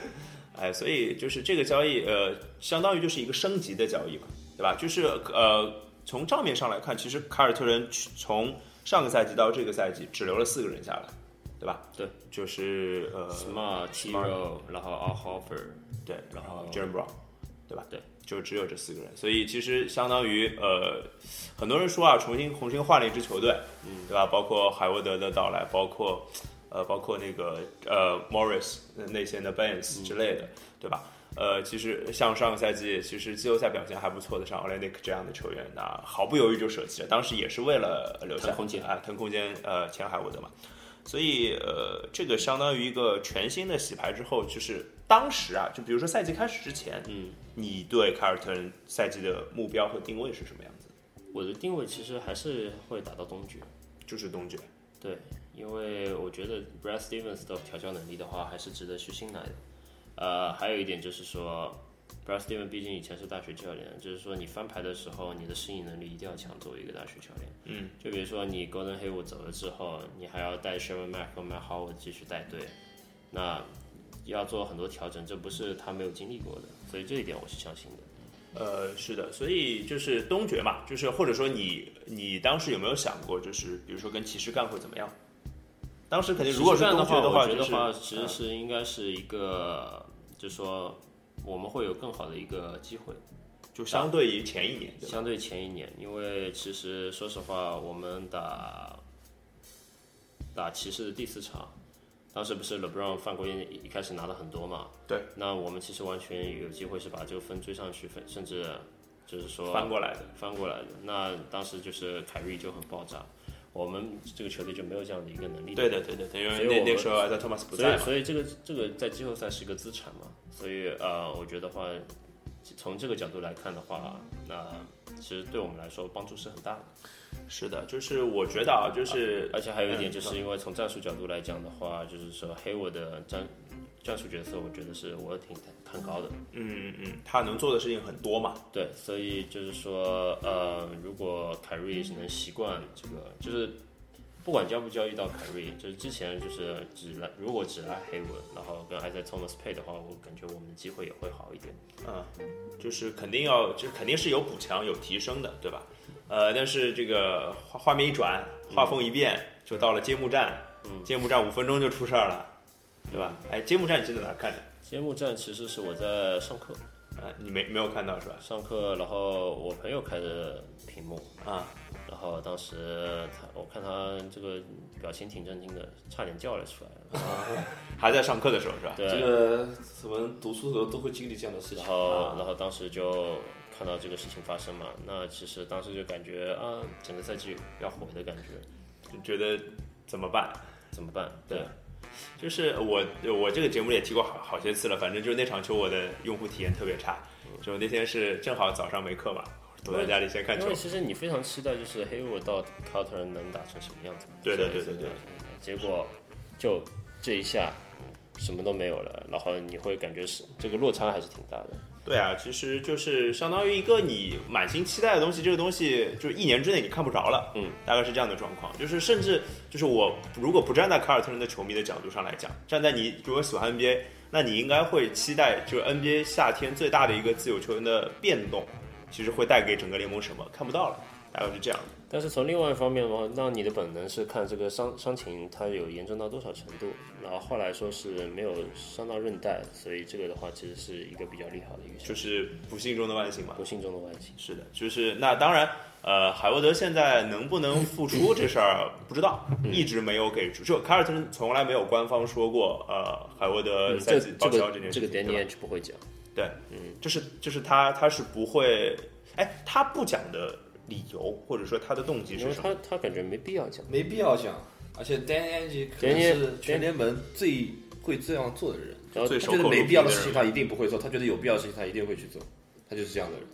[SPEAKER 1] 哎，所以就是这个交易，呃，相当于就是一个升级的交易嘛，对吧？就是呃，从账面上来看，其实凯尔特人从上个赛季到这个赛季只留了四个人下来，对吧？
[SPEAKER 3] 对，
[SPEAKER 1] 就是呃
[SPEAKER 3] Smart、t r o 然后 Al Horford，
[SPEAKER 1] 对，然
[SPEAKER 3] 然后
[SPEAKER 1] 后 Jalen Brown，对吧？
[SPEAKER 3] 对，
[SPEAKER 1] 就只有这四个人，所以其实相当于呃，很多人说啊，重新重新换了一支球队，嗯，对吧？包括海沃德的到来，包括呃，包括那个呃 Morris 呃内线的 Baines 之类的，对吧？呃，其实像上个赛季，其实季后赛表现还不错的，像 Olenek 这样的球员，那毫不犹豫就舍弃了。当时也是为了留下
[SPEAKER 3] 腾空间
[SPEAKER 1] 啊，腾空间，呃，前海沃德嘛。所以呃，这个相当于一个全新的洗牌之后，就是当时啊，就比如说赛季开始之前，
[SPEAKER 3] 嗯，
[SPEAKER 1] 你对凯尔特人赛季的目标和定位是什么样子？
[SPEAKER 3] 我的定位其实还是会打到东决。
[SPEAKER 1] 就是东决，
[SPEAKER 3] 对，因为我觉得 Brad Stevens 的调教能力的话，还是值得去信赖的。呃，还有一点就是说，Brad Stevens 毕竟以前是大学教练，就是说你翻牌的时候，你的适应能力一定要强。作为一个大学教练，嗯，就比如说你 Golden Hayward 走了之后，你还要带 Sherman Mack 和 Matt Howard 继续带队，那要做很多调整，这不是他没有经历过的，所以这一点我是相信的。
[SPEAKER 1] 呃，是的，所以就是东决嘛，就是或者说你你当时有没有想过，就是比如说跟骑士干会怎么样？当时肯定如果是
[SPEAKER 3] 这样
[SPEAKER 1] 东
[SPEAKER 3] 的
[SPEAKER 1] 决
[SPEAKER 3] 我觉
[SPEAKER 1] 就
[SPEAKER 3] 得
[SPEAKER 1] 是
[SPEAKER 3] 话其实
[SPEAKER 1] 嗯
[SPEAKER 3] 是应该是一个，就说我们会有更好的一个机会。
[SPEAKER 1] 就相对于前一年，对吧？
[SPEAKER 3] 相对前一年，因为其实说实话，我们打打骑士的第四场，当时不是 LeBron 犯规一开始拿了很多嘛？
[SPEAKER 1] 对。
[SPEAKER 3] 那我们其实完全有机会是把这个分追上去，分甚至就是说
[SPEAKER 1] 翻过来的，
[SPEAKER 3] 翻过来的。那当时就是凯瑞就很爆炸，我们这个球队就没有这样的一个能力。
[SPEAKER 1] 对的对的，对因
[SPEAKER 3] 所以
[SPEAKER 1] 为那
[SPEAKER 3] 我
[SPEAKER 1] 那时候啊在托马斯不
[SPEAKER 3] 所
[SPEAKER 1] 在
[SPEAKER 3] 以
[SPEAKER 1] 嘛，
[SPEAKER 3] 所以这个这个在季后赛是个资产嘛，所以呃，我觉得话，从这个角度来看的话，那、其实对我们来说帮助是很大的。
[SPEAKER 1] 是的，就是我觉得啊，就是
[SPEAKER 3] 而且还有一点，
[SPEAKER 1] 嗯
[SPEAKER 3] 就是因为从战术角度来讲的话，就是说黑我的战战术角色，我觉得是我挺看高的。
[SPEAKER 1] 嗯嗯嗯，他能做的事情很多嘛，
[SPEAKER 3] 对，所以就是说，呃，如果凯瑞能习惯这个，就是不管交不交易到凯瑞，就是之前就是只来，如果只来黑我，然后跟埃塞托马斯配的话，我感觉我们的机会也会好一点。
[SPEAKER 1] 嗯，就是肯定要，就是肯定是有补强、有提升的，对吧？呃，但是这个画画面一转，画风一变，就到了揭幕战，
[SPEAKER 3] 嗯
[SPEAKER 1] 揭幕战五分钟就出事儿了，对吧？哎，揭幕战你是在哪看的？
[SPEAKER 3] 揭幕战其实是我在上课，
[SPEAKER 1] 啊，你没没有看到是吧？
[SPEAKER 3] 上课，然后我朋友开的屏幕，
[SPEAKER 1] 啊，
[SPEAKER 3] 然后当时他，我看他这个表情挺震惊的，差点叫了出来。
[SPEAKER 1] 还在上课的时候是吧？
[SPEAKER 3] 对，
[SPEAKER 4] 这个我们读书的时候都会经历这样的事情
[SPEAKER 3] 然。
[SPEAKER 1] 啊
[SPEAKER 3] 后然后当时就看到这个事情发生嘛，那其实当时就感觉啊，整个赛季要毁的感觉，
[SPEAKER 1] 就觉得怎么办？
[SPEAKER 3] 怎么办？对，
[SPEAKER 1] 就是我我这个节目也提过好好些次了，反正就是那场球我的用户体验特别差，就那天是正好早上没课嘛，躲在家里先看
[SPEAKER 3] 因
[SPEAKER 1] 球
[SPEAKER 3] 为。其实你非常期待就是黑沃到卡特人能打成什么样子嘛，
[SPEAKER 1] 对对
[SPEAKER 3] 所以
[SPEAKER 1] 对对对，
[SPEAKER 3] 结果就这一下。什么都没有了，然后你会感觉是这个落差还是挺大的。
[SPEAKER 1] 对啊，其实就是相当于一个你满心期待的东西，这个东西就是一年之内你看不着了，
[SPEAKER 3] 嗯，
[SPEAKER 1] 大概是这样的状况。就是甚至就是我如果不站在凯尔特人的球迷的角度上来讲，站在你如果喜欢 NBA，那你应该会期待就是 NBA 夏天最大的一个自由球员的变动，其实会带给整个联盟什么看不到了，大概是这样。
[SPEAKER 3] 但是从另外一方面的话，那你的本能是看这个伤伤情它有严重到多少程度，然后后来说是没有伤到韧带，所以这个的话其实是一个比较利好的预测，
[SPEAKER 1] 就是不幸中的万幸嘛。
[SPEAKER 3] 不幸中的万幸。
[SPEAKER 1] 是的，就是那当然，呃，海沃德现在能不能复出这事儿不知道，
[SPEAKER 3] 嗯
[SPEAKER 1] 一直没有给出。就凯尔特人从来没有官方说过，呃，海沃德
[SPEAKER 3] 嗯，
[SPEAKER 1] 赛
[SPEAKER 3] 这
[SPEAKER 1] 季报
[SPEAKER 3] 这
[SPEAKER 1] 销件
[SPEAKER 3] 个
[SPEAKER 1] 事情。
[SPEAKER 3] 这个
[SPEAKER 1] 对
[SPEAKER 3] d a
[SPEAKER 1] 吧
[SPEAKER 3] n i e 不会讲，
[SPEAKER 1] 对，嗯，就是就是他他是不会，哎，他不讲的理由或者说他的动机
[SPEAKER 3] 因
[SPEAKER 1] 是
[SPEAKER 3] 为
[SPEAKER 1] 什么？
[SPEAKER 3] 他他感觉没必要讲。
[SPEAKER 2] 没必要讲。而且 Dan a n g e 可能
[SPEAKER 3] Danny-
[SPEAKER 2] 是全联盟最会这样做的人，
[SPEAKER 3] 然后
[SPEAKER 1] 最
[SPEAKER 2] 他
[SPEAKER 1] 守
[SPEAKER 2] 觉得
[SPEAKER 1] 口如
[SPEAKER 2] 没
[SPEAKER 1] 瓶
[SPEAKER 2] 必要
[SPEAKER 1] 的
[SPEAKER 2] 的
[SPEAKER 1] 人
[SPEAKER 2] 事情他一定不会做，他觉得有必要的事情他一定会去做，他就是这样的人。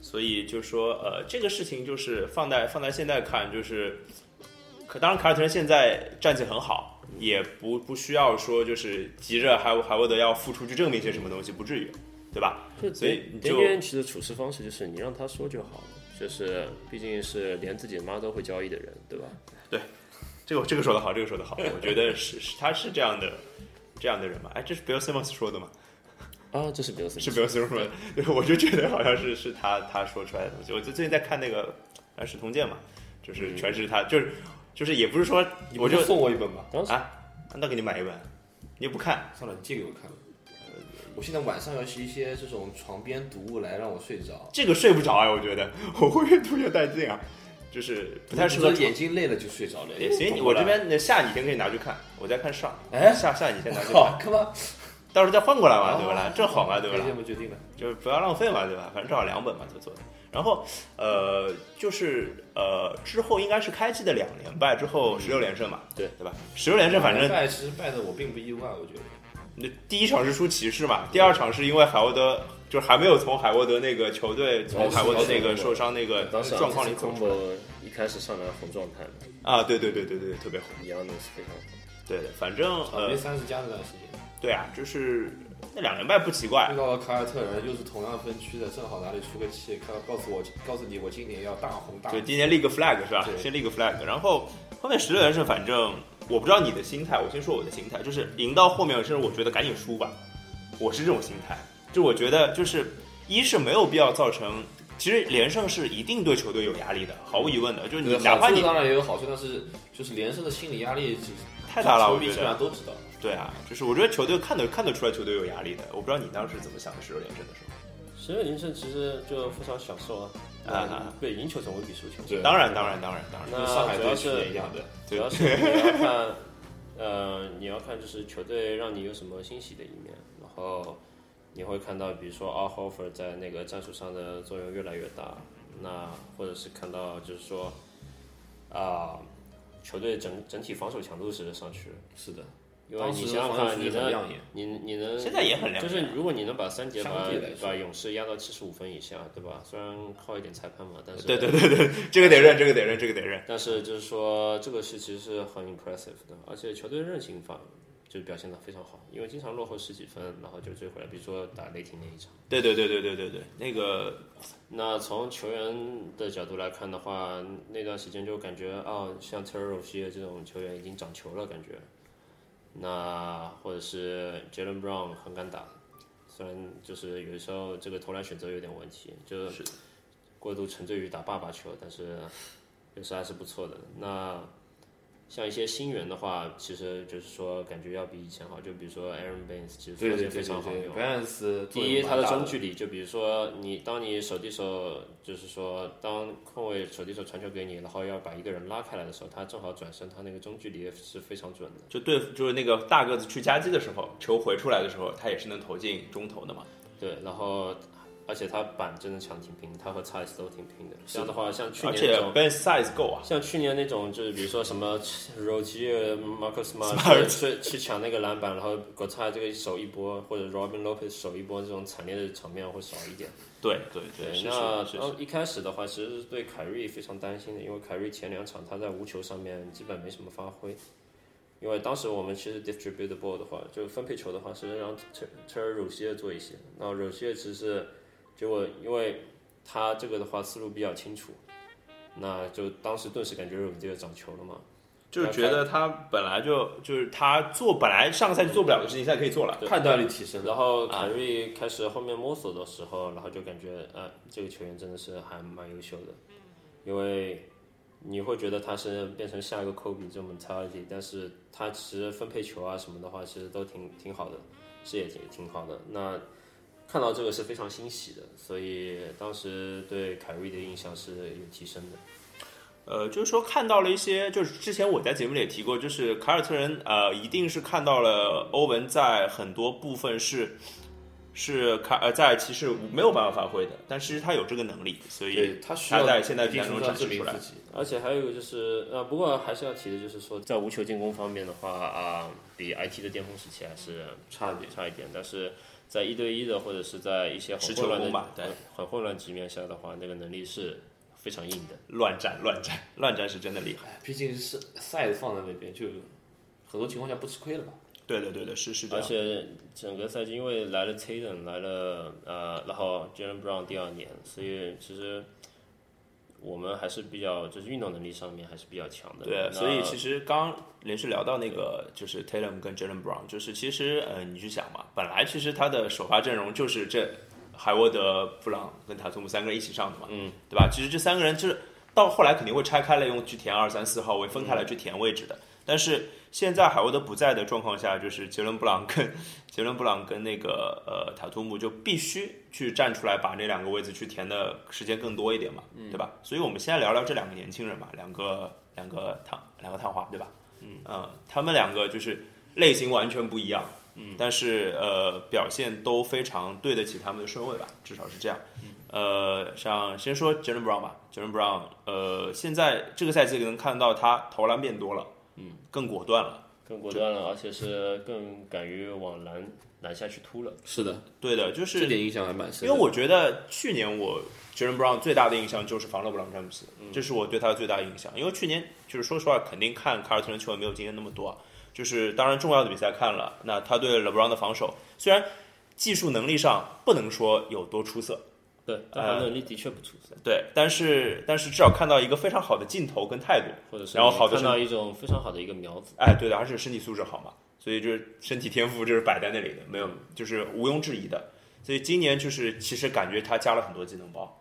[SPEAKER 1] 所以就说呃，这个事情就是放在放在现在看，就是可当然凯尔特人现在战绩很好，也不不需要说就是急着还还沃德要付出去证明些什么东西，不至于，对吧？
[SPEAKER 3] 就
[SPEAKER 1] 所以你就
[SPEAKER 3] d a n 其实处事方式就是你让他说就好了，就是毕竟是连自己妈都会交易的人，对吧？
[SPEAKER 1] 这个这个说的好，这个说的好，我觉得是是他是这样的这样的人嘛？哎，这是 Bill Simmons 说的吗？
[SPEAKER 3] 啊，这是比较是
[SPEAKER 1] 是 Bill Simmons，对，我就觉得好像是是他他说出来的东西。我就最近在看那个呃《史通鉴》嘛，就是全是他，就是就是也不是说
[SPEAKER 2] 嗯你不
[SPEAKER 1] 我就是
[SPEAKER 2] 送我一本吧，
[SPEAKER 1] 啊，那给你买一本，你又不看，
[SPEAKER 2] 算了，你借给我看。呃我现在晚上要是一些这种床边读物来让我睡着，
[SPEAKER 1] 这个睡不着啊，我觉得我会越读越带劲啊，就是不太适合
[SPEAKER 2] 我
[SPEAKER 1] 床
[SPEAKER 2] 眼睛累了就睡着了。
[SPEAKER 1] 也行，你我这边那下几天可以拿去看，我在看上，
[SPEAKER 2] 哎
[SPEAKER 1] 下下几天拿去看，
[SPEAKER 2] 好，干嘛？
[SPEAKER 1] 到时候再换过来啊嘛，
[SPEAKER 3] 哦
[SPEAKER 1] 对不啦？正好嘛，对不啦
[SPEAKER 2] 可以？这么决定了。
[SPEAKER 1] 就是不要浪费嘛，对吧？反正正好两本嘛，就做的。然后，呃，就是呃，之后应该是开季的两连败之后十六连胜嘛，
[SPEAKER 3] 对
[SPEAKER 1] 对吧？十六连胜，反正
[SPEAKER 2] 败其实败的我并不意外，我觉得。
[SPEAKER 1] 那
[SPEAKER 3] 嗯
[SPEAKER 1] 第一场是输骑士嘛，第二场是因为海沃德就是还没有从海沃德那个球队
[SPEAKER 3] 哎
[SPEAKER 1] 从海沃德那个受伤那个
[SPEAKER 3] 当时啊
[SPEAKER 1] 状况里走出来
[SPEAKER 3] combo 一开始上来红状态嘛，
[SPEAKER 1] 啊，对对对对对，特别好，
[SPEAKER 3] y a n n i s 非常好。
[SPEAKER 1] 对的，反正
[SPEAKER 2] 场
[SPEAKER 1] 呃
[SPEAKER 2] 边，三十加那段时间，
[SPEAKER 1] 对啊，就是那两连败不奇怪
[SPEAKER 2] [LAUGHS] 遇，到了凯尔特人，又是同样分区的，正好哪里出个气，告告诉我，告诉你我今年要大红大
[SPEAKER 1] 对，
[SPEAKER 2] 紫。
[SPEAKER 1] 今年立个 flag 是吧？
[SPEAKER 2] 对
[SPEAKER 1] 先立个 flag，然后后面十六连胜，反正我不知道你的心态，我先说我的心态，就是赢到后面，甚至我觉得赶紧输吧，我是这种心态。就我觉得，就是一是没有必要造成，其实连胜是一定对球队有压力的，毫无疑问的，就是你
[SPEAKER 2] 对
[SPEAKER 1] 哪怕
[SPEAKER 2] 好处
[SPEAKER 1] 你
[SPEAKER 2] 当然也有好处，但是就是连胜的心理压力其实
[SPEAKER 1] 太大了，
[SPEAKER 2] 球
[SPEAKER 1] 我
[SPEAKER 2] 迷
[SPEAKER 1] 觉
[SPEAKER 2] 基本
[SPEAKER 1] 得，
[SPEAKER 2] 上都知道。
[SPEAKER 1] 对啊，就是我觉得球队看得看得出来球队有压力的，我不知道你当时怎么想的十六连胜的时候。
[SPEAKER 3] 十六连胜其实就非常享受啊，
[SPEAKER 1] 啊
[SPEAKER 3] 对，赢球总会比输球。
[SPEAKER 2] 对
[SPEAKER 1] 当然，当然，当然，当然，
[SPEAKER 2] 跟
[SPEAKER 3] 那
[SPEAKER 2] 上海
[SPEAKER 3] 主要
[SPEAKER 2] 队去
[SPEAKER 3] 是
[SPEAKER 2] 年一样的，
[SPEAKER 3] 主
[SPEAKER 1] 对
[SPEAKER 3] 要是你要看，呃，你要看就是球队让你有什么欣喜的一面，然后你会看到，比如说 Al h o f e r 在那个战术上的作用越来越大，那或者是看到就是说啊、球队整整体防守强度是上去了，
[SPEAKER 2] 是的，
[SPEAKER 3] 因为
[SPEAKER 2] 当时
[SPEAKER 3] 你想想
[SPEAKER 2] 防守
[SPEAKER 3] 看，
[SPEAKER 2] 数
[SPEAKER 3] 你
[SPEAKER 2] 据很
[SPEAKER 3] 能
[SPEAKER 2] 亮眼。
[SPEAKER 3] 你你能
[SPEAKER 1] 现在也很啊亮眼
[SPEAKER 3] 就是如果你能把三节把
[SPEAKER 2] 相对来说
[SPEAKER 3] 把勇士压到七十五分以下，对吧？虽然靠一点裁判嘛，但是
[SPEAKER 1] 对对对对， [LAUGHS] 这个得认，这个得认，这个得认。
[SPEAKER 3] 但是就是说，这个是其实是很 impressive 的，而且球队韧性方就表现得非常好，因为经常落后十几分，然后就追回来，比如说打雷霆那一场。
[SPEAKER 1] 对对对对对对对，那个
[SPEAKER 3] 那从球员的角度来看的话，那段时间就感觉哦，像 t e r r o s h 这种球员已经长球了，感觉。那或者是 Jalen Brown 很敢打，虽然就是有时候这个投篮选择有点问题，就是过度沉醉于打爸爸球，但是有时候还是不错的。那像一些新援的话，其实就是说感觉要比以前好，就比如说 Aaron Baines，其实
[SPEAKER 2] 对
[SPEAKER 3] 发
[SPEAKER 2] 对
[SPEAKER 3] 现
[SPEAKER 2] 对
[SPEAKER 3] 非常好
[SPEAKER 2] 对
[SPEAKER 3] 用
[SPEAKER 2] 对。，Vance
[SPEAKER 3] 第一，他的中距
[SPEAKER 2] 离
[SPEAKER 3] 离，就比如说你当你手递手，就是说当控卫手递手传球给你，然后要把一个人拉开来的时候，他正好转身，他那个中距离是非常准的。
[SPEAKER 1] 就对，就是那个大个子去夹击的时候，球回出来的时候，他也是能投进中投的嘛。
[SPEAKER 3] 对，然后而且他板真的强挺平，他和 s i z 都挺平的。这样的话，呃像去
[SPEAKER 1] 而
[SPEAKER 3] 年那
[SPEAKER 1] 且
[SPEAKER 3] 种。
[SPEAKER 1] bench size 够啊，
[SPEAKER 3] 像去年那种，就是比如说什么 Rozier、Marcus
[SPEAKER 1] Smart
[SPEAKER 3] Smart [LAUGHS] 去去抢那个篮板，然后 g o t a 这个手一波，或者 Robin Lopez 手一波，这种惨烈的场面会少一点。
[SPEAKER 1] 对对对，
[SPEAKER 3] 对，
[SPEAKER 1] 是
[SPEAKER 3] 那呃
[SPEAKER 1] 是是
[SPEAKER 3] 当
[SPEAKER 1] 是，
[SPEAKER 3] 一开始的话，其实是对凯瑞非常担心的，因为凯瑞前两场他在无球上面基本没什么发挥。因为当时我们其实 distribute the ball 的话，就分配球的话是让 t e r r o s i e r 做一些，那 r o s i e r 其实是结果因为他这个的话思路比较清楚，那就当时顿时感觉 r o s i e r 长球了嘛，
[SPEAKER 1] 就是觉得他本来就就是他做本来上个赛季做不了的事情，现在可以做了。
[SPEAKER 2] 判断力提升了。
[SPEAKER 3] 然后凯瑞开始后面摸索的时候，然后就感觉，呃，这个球员真的是还蛮优秀的。因为你会觉得他是变成下一个科比这种 mentality，但是他其实分配球啊什么的话，其实都挺挺好的，视野挺挺好的。那看到这个是非常欣喜的，所以当时对凯瑞的印象是有提升的。
[SPEAKER 1] 呃，就是说看到了一些，就是之前我在节目里也提过，就是凯尔特人呃，一定是看到了欧文在很多部分是是凯呃在骑士没有办法发挥的，但其实他有这个能力，所以
[SPEAKER 2] 对他需
[SPEAKER 1] 他
[SPEAKER 2] 要
[SPEAKER 1] 在现在
[SPEAKER 2] 一
[SPEAKER 1] 比
[SPEAKER 2] 定
[SPEAKER 1] 赛
[SPEAKER 2] 程
[SPEAKER 1] 中
[SPEAKER 2] 度上
[SPEAKER 1] 展
[SPEAKER 2] 证
[SPEAKER 1] 示
[SPEAKER 2] 明
[SPEAKER 1] 出来
[SPEAKER 2] 自。己。
[SPEAKER 3] 而且还有一个就是，呃，不过还是要提的，就是说在无球进攻方面的话啊、比 IT 的巅峰时期还是
[SPEAKER 2] 差一点，
[SPEAKER 3] 差一点，但是在一对一的或者是在一些
[SPEAKER 1] 持
[SPEAKER 3] 很
[SPEAKER 1] 球
[SPEAKER 3] 混乱
[SPEAKER 1] 攻
[SPEAKER 3] 的
[SPEAKER 1] 吧对
[SPEAKER 3] 很很混乱局面下的话，那个能力是非常硬的。
[SPEAKER 1] 乱战乱战乱战是真的厉害。
[SPEAKER 2] 哎毕竟是赛子放在那边，就很多情况下不吃亏了吧？
[SPEAKER 1] 对对对对，是是这
[SPEAKER 3] 而
[SPEAKER 1] 样。
[SPEAKER 3] 且整个赛季因为来了 Tatum，来了呃，然后 Jalen Brown 第二年，所以其实我们还是比较就是运动能力上面还是比较强的。
[SPEAKER 1] 对，啊
[SPEAKER 3] 那
[SPEAKER 1] 所以其实刚连续聊到那个就是 Tatum 跟 Jalen Brown，就是其实呃，你去想嘛，本来其实他的首发阵容就是这海沃德、布朗跟塔图姆三个人一起上的嘛，嗯，对吧？其实这三个人就是到后来肯定会拆开来用去填二三四号位，分开来去填位置的。但是现在海沃德不在的状况下，就是杰伦布朗跟杰伦布朗跟那个呃塔图姆就必须去站出来，把那两个位置去填的时间更多一点嘛，对吧？所以我们现在聊聊这两个年轻人嘛，两个两个探两个探花，对吧？嗯、他们两个就是类型完全不一样，嗯，但是呃表现都非常对得起他们的顺位吧，至少是这样。呃，像先说 Jalen Brown 吧，Jalen Brown，呃，现在这个赛季能看到他投篮变多了，嗯，更果断了。
[SPEAKER 3] 更果断了，而且是更敢于往篮篮下去突了。
[SPEAKER 4] 是的，
[SPEAKER 1] 对的，就
[SPEAKER 4] 这
[SPEAKER 1] 是
[SPEAKER 4] 点影响还蛮深
[SPEAKER 1] 因
[SPEAKER 4] 的。
[SPEAKER 1] 为我觉得去年我 Jalen Brown 最大的印象就是防了布朗詹姆斯，这是我对他的最大印象。因为去年就是说实话，肯定看凯尔特人球员没有今天那么多啊，就是当然重要的比赛看了，那他对 LeBron 的防守虽然技术能力上不能说有多出色，啊
[SPEAKER 3] 对，但他能力的确不出色，
[SPEAKER 1] 对，但是但是至少看到一个非常好的镜头跟态度，
[SPEAKER 3] 或者是
[SPEAKER 1] 然后好的
[SPEAKER 3] 看
[SPEAKER 1] 是
[SPEAKER 3] 到一种非常好的一个苗子。
[SPEAKER 1] 哎，对的，而且身体素质好嘛，所以就是身体天赋就是摆在那里的，没有就是毋庸置疑的。所以今年就是其实感觉他加了很多技能包，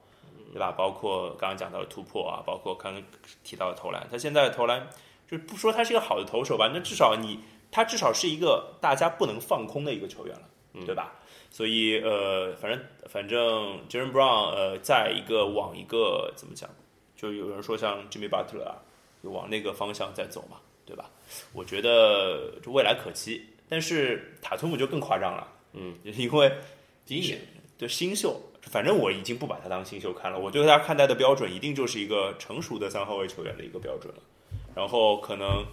[SPEAKER 1] 对吧？包括刚刚讲到的突破啊，包括刚刚提到的投篮，他现在的投篮就是不说他是一个好的投手吧，那至少你他至少是一个大家不能放空的一个球员了，对吧？所以呃，反正反正 Jalen Brown 呃，在一个往一个怎么讲，就有人说像 Jimmy Butler 啊，就往那个方向在走嘛，对吧？我觉得就未来可期。但是塔图姆就更夸张了，嗯，因为
[SPEAKER 2] 第一眼
[SPEAKER 1] 对新秀，反正我已经不把他当新秀看了，我对他看待的标准一定就是一个成熟的三号位球员的一个标准了。然后可能，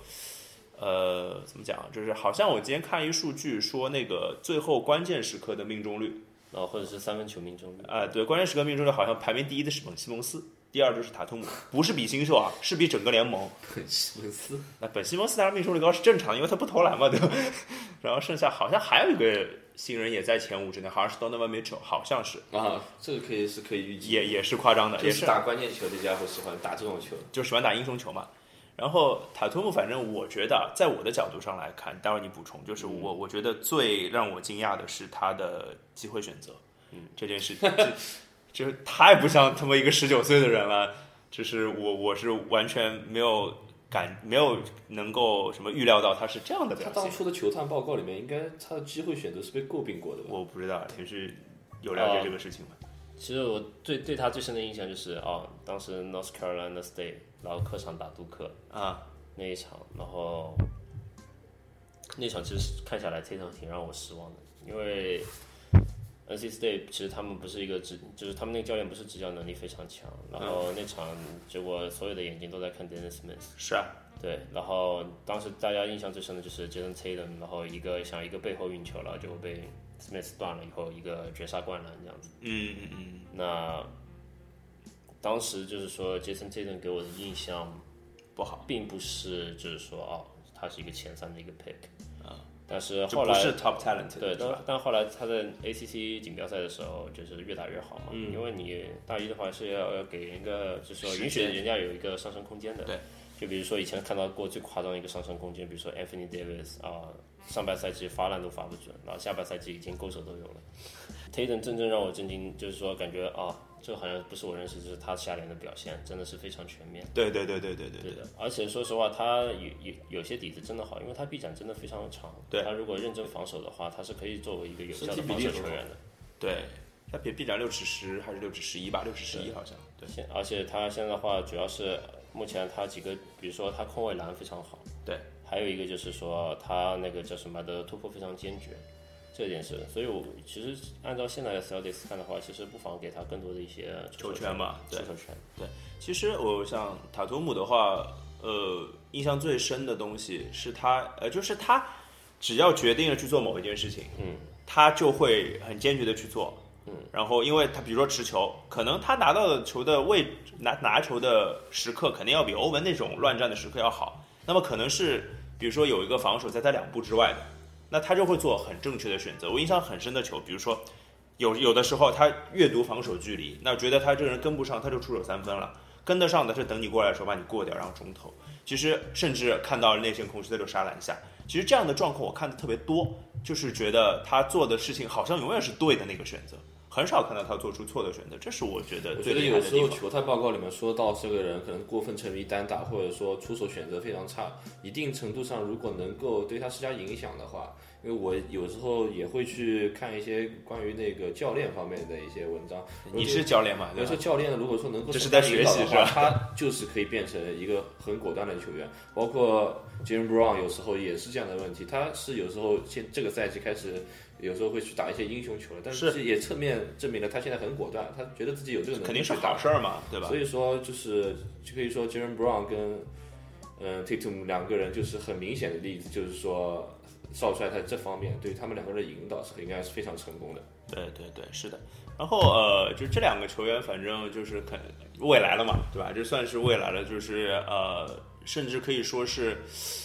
[SPEAKER 1] 呃，怎么讲啊？就是好像我今天看一数据说，那个最后关键时刻的命中率，
[SPEAKER 3] 然后或者是三分球命中率
[SPEAKER 1] 啊、对，关键时刻命中率好像排名第一的是本西蒙斯，第二就是塔图姆，不是比新秀啊，是比整个联盟。
[SPEAKER 2] [LAUGHS]
[SPEAKER 4] 很心思，
[SPEAKER 1] 那本西蒙斯当然命中率高是正常，因为他不投篮嘛，对吧？ [LAUGHS] 然后剩下好像还有一个新人也在前五之内，好像是 Donovan Mitchell，好像是，
[SPEAKER 2] 啊，这个可以是可以预计，
[SPEAKER 1] 也也是夸张的，
[SPEAKER 2] 就
[SPEAKER 1] 也
[SPEAKER 2] 是打关键球的家伙喜欢打这种球，
[SPEAKER 1] 就喜欢打英雄球嘛。然后塔图姆，反正我觉得，啊在我的角度上来看，待会儿你补充，就是我我觉得最让我惊讶的是他的机会选择，嗯，这件事这 [LAUGHS] 就是太不像他妈一个十九岁的人了，就是我我是完全没有感没有能够什么预料到他是这样的
[SPEAKER 2] 他
[SPEAKER 1] 表现
[SPEAKER 2] 当，初的球探报告里面，应该他的机会选择是被诟病过的吧？
[SPEAKER 1] 我不知道，你是有了解这个事情吗？
[SPEAKER 3] 其实我最对他最深的印象就是哦，当时 North Carolina State，然后客场打杜克
[SPEAKER 1] 啊，
[SPEAKER 3] 那一场，然后那场其实看下来这场挺让我失望的，因为 NC State 其实他们不是一个执，就是他们那个教练不是执教能力非常强，然
[SPEAKER 1] 嗯
[SPEAKER 3] 后那场结果所有的眼睛都在看 Dennis Smith。
[SPEAKER 1] 是啊，
[SPEAKER 3] 对，然后当时大家印象最深的就是 Jason Tatum，然后一个想一个背后运球，然后就被 Smith 断了以后一个绝杀灌篮这样子。
[SPEAKER 1] 嗯嗯嗯，
[SPEAKER 3] 那当时就是说 Jason Tatum 给我的印象
[SPEAKER 1] 嗯不好，
[SPEAKER 3] 并不是就是说哦，他是一个前三的一个 pick 啊，但是
[SPEAKER 1] 就
[SPEAKER 3] 后
[SPEAKER 1] 不
[SPEAKER 3] 来
[SPEAKER 1] 是 top talent，
[SPEAKER 3] 对，
[SPEAKER 1] 是吧
[SPEAKER 3] 但？但后来他在 ACC 锦标赛的时候，就是越打越好嘛，因为你大一的话是要要给人一个，就是说
[SPEAKER 1] 嗯时
[SPEAKER 3] 允许
[SPEAKER 1] 间
[SPEAKER 3] 人家有一个上升空间的。
[SPEAKER 1] 对，
[SPEAKER 3] 就比如说以前看到过最夸张的一个上升空间，比如说 Anthony Davis 啊、上半赛季罚篮都罚不准，然后下半赛季已经勾手都有了。Tatum 真正让我震惊，就是说感觉啊，这个好像不是我认识，就是他下联的表现真的是非常全面。
[SPEAKER 1] 对对对对对对
[SPEAKER 3] 对的，而且说实话，他有有有些底子真的好，因为他臂展真的非常长。
[SPEAKER 1] 对
[SPEAKER 3] 他如果认真防守的话，他是可以作为一个有效
[SPEAKER 2] 身体
[SPEAKER 3] 的
[SPEAKER 2] 比
[SPEAKER 3] 防
[SPEAKER 2] 例
[SPEAKER 3] 守
[SPEAKER 2] 很
[SPEAKER 3] 球
[SPEAKER 2] 好
[SPEAKER 3] 员的。
[SPEAKER 1] 对，他比臂展六尺十还是六尺十一吧，六尺十一好像。对
[SPEAKER 3] 现而且他现在的话，主要是目前他几个，比如说他空位篮非常好，
[SPEAKER 1] 对，
[SPEAKER 3] 还有一个就是说他那个叫什么的突破非常坚决，这点是，所以我其实按照现在的 Celtics 看的话，其实不妨给他更多的一些
[SPEAKER 1] 球权吧
[SPEAKER 3] 出
[SPEAKER 1] 对
[SPEAKER 3] 手权，
[SPEAKER 1] 其实我像塔图姆的话，呃，印象最深的东西是他，呃，就是他只要决定了去做某一件事情，嗯，他就会很坚决的去做，嗯，然后因为他比如说持球，可能他拿到的球的位置拿拿球的时刻，肯定要比欧文那种乱战的时刻要好，那么可能是比如说有一个防守在他两步之外的，那他就会做很正确的选择。我印象很深的球，比如说。有有的时候他阅读防守距离，那觉得他这个人跟不上，他就出手三分了。跟得上的是等你过来的时候把你过掉，然后中投。其实甚至看到了内线空虚，他就杀篮下。其实这样的状况我看的特别多，就是觉得他做的事情好像永远是对的那个选择，很少看到他做出错的选择。这是我觉得
[SPEAKER 2] 我
[SPEAKER 1] 最
[SPEAKER 2] 觉得
[SPEAKER 1] 厉害
[SPEAKER 2] 有
[SPEAKER 1] 的
[SPEAKER 2] 时
[SPEAKER 1] 地
[SPEAKER 2] 候
[SPEAKER 1] 方。
[SPEAKER 2] 球探报告里面说到这个人可能过分沉迷单打，或者说出手选择非常差，一定程度上如果能够对他施加影响的话，因为我有时候也会去看一些关于那个教练方面的一些文章。
[SPEAKER 1] 你是教练嘛？
[SPEAKER 2] 比
[SPEAKER 1] 对
[SPEAKER 2] 如
[SPEAKER 1] 吧
[SPEAKER 2] 说？教练如果说能够
[SPEAKER 1] 啊这是
[SPEAKER 2] 承担
[SPEAKER 1] 在学
[SPEAKER 2] 领导
[SPEAKER 1] 习
[SPEAKER 2] 的
[SPEAKER 1] 是
[SPEAKER 2] 话
[SPEAKER 1] 吧
[SPEAKER 2] 他就是可以变成一个很果断的球员。包括 Jim Brown 有时候也是这样的问题，他是有时候现这个赛季开始。有时候会去打一些英雄球了，但
[SPEAKER 1] 是
[SPEAKER 2] 是也侧面证明了他现在很果断，他觉得自己有这个能力
[SPEAKER 1] 肯定是
[SPEAKER 2] 去打
[SPEAKER 1] 好事儿嘛，对吧
[SPEAKER 2] 所？以说就是就可以说 j a r e n Brown 跟嗯 Tatum 两个人就是很明显的例子，就是说少帅在这方面对他们两个人的引导是应该是非常成功的。
[SPEAKER 1] 对对对，是的。然后呃，就这两个球员，反正就是肯未来了嘛，对吧？这算是未来了，就是呃，甚至可以说是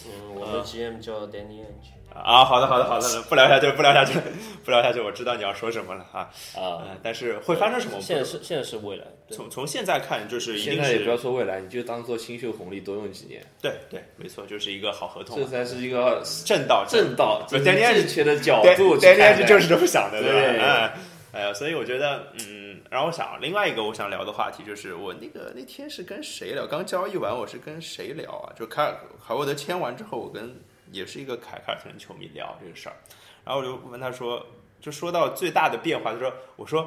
[SPEAKER 3] 嗯，我们 GM 叫 Danny Ainge
[SPEAKER 1] 啊，好的，好的，好的，不聊下去，不聊下去，不聊下去。我知道你要说什么了啊，
[SPEAKER 3] 啊，
[SPEAKER 1] 呃，但是会发生什么？
[SPEAKER 3] 现在是现在是未来，对
[SPEAKER 1] 从从现在看，就是一
[SPEAKER 2] 现
[SPEAKER 1] 定
[SPEAKER 2] 在也不要
[SPEAKER 1] 是
[SPEAKER 2] 说未来，你就当做新秀红利多用几年，
[SPEAKER 1] 对对，没错，就是一个好合同
[SPEAKER 2] 这
[SPEAKER 1] 嘛，
[SPEAKER 2] 才是一个
[SPEAKER 1] 正道
[SPEAKER 2] 正道、
[SPEAKER 1] 不
[SPEAKER 2] 正
[SPEAKER 1] ，Danny Ainge-
[SPEAKER 2] 正确的角
[SPEAKER 1] 对
[SPEAKER 2] 度去
[SPEAKER 1] 对，
[SPEAKER 2] 看待。
[SPEAKER 1] 就是这么想的，
[SPEAKER 2] 对
[SPEAKER 1] 吧？哎哎呀，所以我觉得，嗯，然后我想另外一个我想聊的话题就是，我那个那天是跟谁聊？刚交易完，我是跟谁聊啊？就凯尔海沃德签完之后，我跟也是一个凯凯尔特人球迷聊这个事儿，然后我就问他说，就说到最大的变化，他说，我说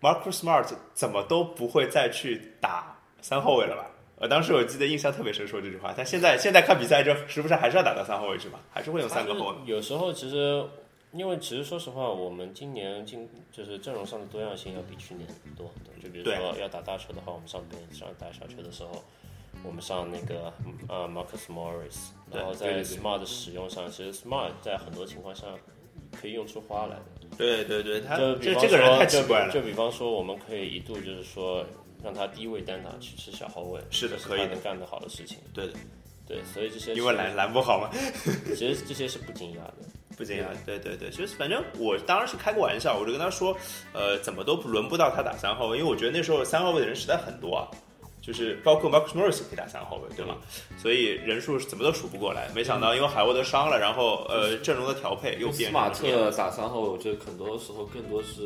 [SPEAKER 1] Marcus Smart 怎么都不会再去打三后卫了吧？我当时我记得印象特别深，说这句话。但现在现在看比赛，就时不时还是要打到三后卫是吧？还是会用三个后卫。
[SPEAKER 3] 他是有时候其实，因为其实说实话，我们今年进就是阵容上的多样性要比去年多很多。就比如说要打大球的话，我们上边上打小球的时候，我们上那个呃 Marcus Morris，
[SPEAKER 1] 对
[SPEAKER 3] 然后
[SPEAKER 2] 对
[SPEAKER 3] 在
[SPEAKER 2] 对对
[SPEAKER 3] Smart 的使用上，其实 Smart 在很多情况下可以用出花来的。
[SPEAKER 1] 对对对，他
[SPEAKER 3] 就
[SPEAKER 1] 这
[SPEAKER 3] 比方
[SPEAKER 1] 这个人
[SPEAKER 3] 说
[SPEAKER 1] 太奇怪了。
[SPEAKER 3] 就比。就比方说，我们可以一度就是说让他低位单打去吃小后卫，
[SPEAKER 1] 是的
[SPEAKER 3] 这
[SPEAKER 1] 可以
[SPEAKER 3] 他
[SPEAKER 1] 的
[SPEAKER 3] 能干得好的事情。
[SPEAKER 1] 对的，
[SPEAKER 3] 对，所以这些
[SPEAKER 1] 因为
[SPEAKER 3] 是
[SPEAKER 1] 篮篮不好嘛，
[SPEAKER 3] 其实这些是不惊讶的。
[SPEAKER 1] 不行啊。对对对，就是反正我当时是开个玩笑，我就跟他说，呃，怎么都不轮不到他打三号位，因为我觉得那时候三号位的人实在很多啊，就是包括 Marcus Morris 可以打三号位，对吗？所以人数怎么都数不过来。没想到因为海沃德伤了，然后呃阵容的调配又变
[SPEAKER 2] 斯
[SPEAKER 1] 成
[SPEAKER 2] 马
[SPEAKER 1] 了这样
[SPEAKER 2] 特打三后，我觉得很多时候更多是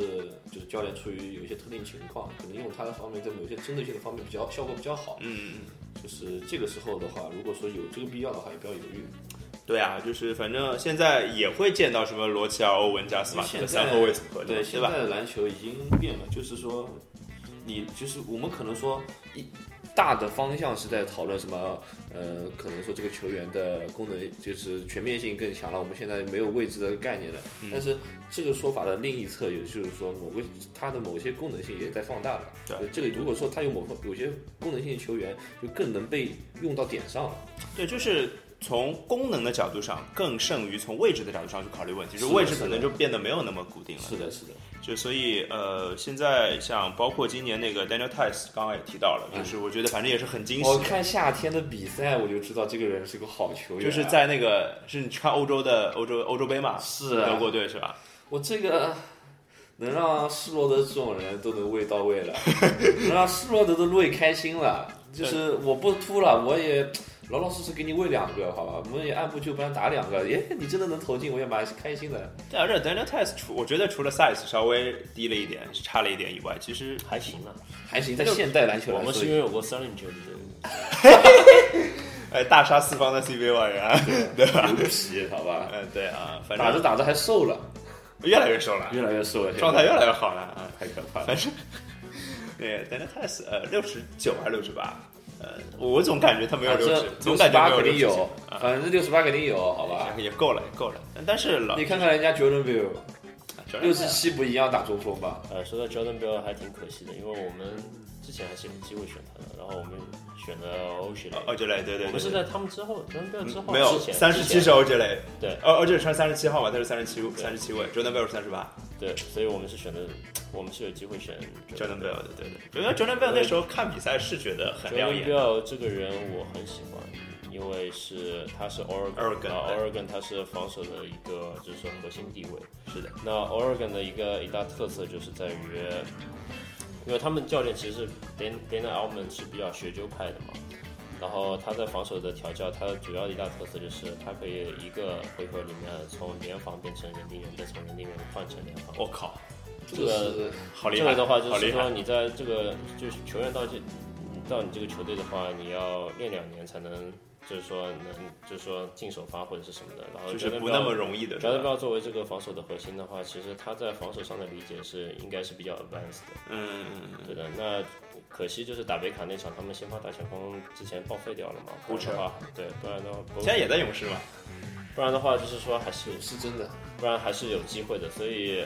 [SPEAKER 2] 就是教练出于有一些特定情况，可能用他的方面在某些针对性的方面比较效果比较好。
[SPEAKER 1] 嗯，
[SPEAKER 2] 就是这个时候的话，如果说有这个必要的话，也不要犹豫。
[SPEAKER 1] 对啊，就是反正现在也会见到什么罗齐尔、欧文加斯马特的三号位组合，
[SPEAKER 2] 对，
[SPEAKER 1] 对
[SPEAKER 2] 现
[SPEAKER 1] 吧
[SPEAKER 2] 在？的篮球已经变了，就是说，你就是我们可能说一大的方向是在讨论什么，呃，可能说这个球员的功能就是全面性更强了。我们现在没有位置的概念了，但是这个说法的另一侧，也就是说某个它的某些功能性也在放大了。
[SPEAKER 1] 对
[SPEAKER 2] 呃，这个如果说他有某有些功能性的球员，就更能被用到点上了。
[SPEAKER 1] 对，就是从功能的角度上，更胜于从位置的角度上去考虑问题，就是是
[SPEAKER 2] 的
[SPEAKER 1] 位置可
[SPEAKER 2] 是
[SPEAKER 1] 能
[SPEAKER 2] 的
[SPEAKER 1] 就变得没有那么固定了。
[SPEAKER 2] 是的，是的，
[SPEAKER 1] 就所以呃，现在像包括今年那个 Daniel Tice，刚刚也提到了，就是我觉得反正也是很惊喜
[SPEAKER 2] 我，看夏天的比赛，我就知道这个人是个好球员啊、
[SPEAKER 1] 就是在那个是你去看欧洲的欧洲欧洲杯嘛，
[SPEAKER 2] 是啊
[SPEAKER 1] 德国队是吧？
[SPEAKER 2] 我这个能让施罗德这种人都能喂到位了，能让施罗德都喂开心了，就是我不突了，我也老老实实给你喂两个，好吧？我们也按部就班打两个。耶，你真的能投进，我也蛮开心的。
[SPEAKER 1] 对，而且 Daniel t e s 除我觉得除了 size 稍微低了一点，差了一点以外，其实
[SPEAKER 3] 还行啊了。
[SPEAKER 2] 还行，在现代篮球
[SPEAKER 3] 我
[SPEAKER 2] 来
[SPEAKER 3] 们
[SPEAKER 2] 说
[SPEAKER 3] 是，拥有过三零九的，
[SPEAKER 1] 哎大杀四方的 CBA [LAUGHS] 呀，对吧？
[SPEAKER 2] 牛皮，好吧？
[SPEAKER 1] 嗯，啊对啊，反
[SPEAKER 2] 打着
[SPEAKER 1] 正
[SPEAKER 2] 打着还瘦了，
[SPEAKER 1] 越来越瘦了，
[SPEAKER 2] 越来越瘦了，
[SPEAKER 1] 状态越来越好了啊。
[SPEAKER 2] 太可怕了
[SPEAKER 1] 反。正 [LAUGHS] 对 d a n i t e s 呃六十九还是六十八？呃，我总感觉他没有
[SPEAKER 2] 反
[SPEAKER 1] 六十
[SPEAKER 2] 正，
[SPEAKER 1] 总
[SPEAKER 2] 啊六
[SPEAKER 1] 感
[SPEAKER 2] 十
[SPEAKER 1] 觉
[SPEAKER 2] 八
[SPEAKER 1] 没有
[SPEAKER 2] 肯定
[SPEAKER 1] 六
[SPEAKER 2] 有，反正六十八肯定有，好吧？
[SPEAKER 1] 也够了，也够了。但但是老
[SPEAKER 2] 你看看人家 Jordan b i l l
[SPEAKER 1] 小人
[SPEAKER 2] 六十七不一样打中锋吧？
[SPEAKER 3] 呃，说到 Jordan b e l 还挺可惜的，因为我们之前还是有机会选他的，然后我们选了 o s h i
[SPEAKER 1] 哦，就雷，对对对
[SPEAKER 3] 我们是
[SPEAKER 1] 对，嗯
[SPEAKER 3] 在他们之后，Jordan b e l 之后
[SPEAKER 1] 没有
[SPEAKER 3] 之前
[SPEAKER 1] 三十七
[SPEAKER 3] 之
[SPEAKER 1] 是
[SPEAKER 3] 前
[SPEAKER 1] OJ 雷，
[SPEAKER 3] 对
[SPEAKER 1] 哦，OJ 穿三十七号嘛，他是三十七
[SPEAKER 3] 对
[SPEAKER 1] 三十七位，Jordan Bell 是三十八
[SPEAKER 3] 对，所以我们是选的，我们是有机会选
[SPEAKER 1] ，Jordan Bell 的，对对，因为 Jordan Bell 那时候看比赛是觉得很亮
[SPEAKER 3] Jordan
[SPEAKER 1] 眼，
[SPEAKER 3] Bell 这个人我很喜欢，因为是他是 Oregon，
[SPEAKER 1] Oregon，
[SPEAKER 3] 那
[SPEAKER 1] 对
[SPEAKER 3] Oregon 他是防守的一个就是说核心地位。
[SPEAKER 1] 是的，
[SPEAKER 3] 那 Oregon 的一个一大特色就是在于，因为他们教练其实 Dan Dan Alman 是比较学究派的嘛，然后他在防守的调教，他主要的一大特色就是他可以一个回合里面从联防变成人盯人，再从人盯人换成联防。
[SPEAKER 1] 我靠，
[SPEAKER 3] 这个
[SPEAKER 2] 是
[SPEAKER 1] 好厉
[SPEAKER 3] 这
[SPEAKER 1] 害，
[SPEAKER 3] 个的
[SPEAKER 1] 好
[SPEAKER 3] 话就是
[SPEAKER 1] 厉
[SPEAKER 3] 说，
[SPEAKER 1] 害，
[SPEAKER 3] 你在这个就是球员到这到你这个球队的话，你要练两年才能，就是说能就是说进首发或者是什么的。然后
[SPEAKER 1] 就是
[SPEAKER 3] Jordan
[SPEAKER 1] 不
[SPEAKER 3] Bell-
[SPEAKER 1] 那么容易的，是
[SPEAKER 3] Jordan
[SPEAKER 1] 吧？
[SPEAKER 3] Bell 作为这个防守的核心的话，其实他在防守上的理解是应该是比较 advanced 的，
[SPEAKER 1] 嗯，嗯嗯
[SPEAKER 3] 对的。那可惜就是打北卡那场，他们先发打前锋之前报废掉了嘛，不然的话，对，不然的话，
[SPEAKER 1] 现在也在勇士嘛，
[SPEAKER 3] 不然的话就是说还是
[SPEAKER 2] 是真的。
[SPEAKER 3] 不然还是有机会的。所以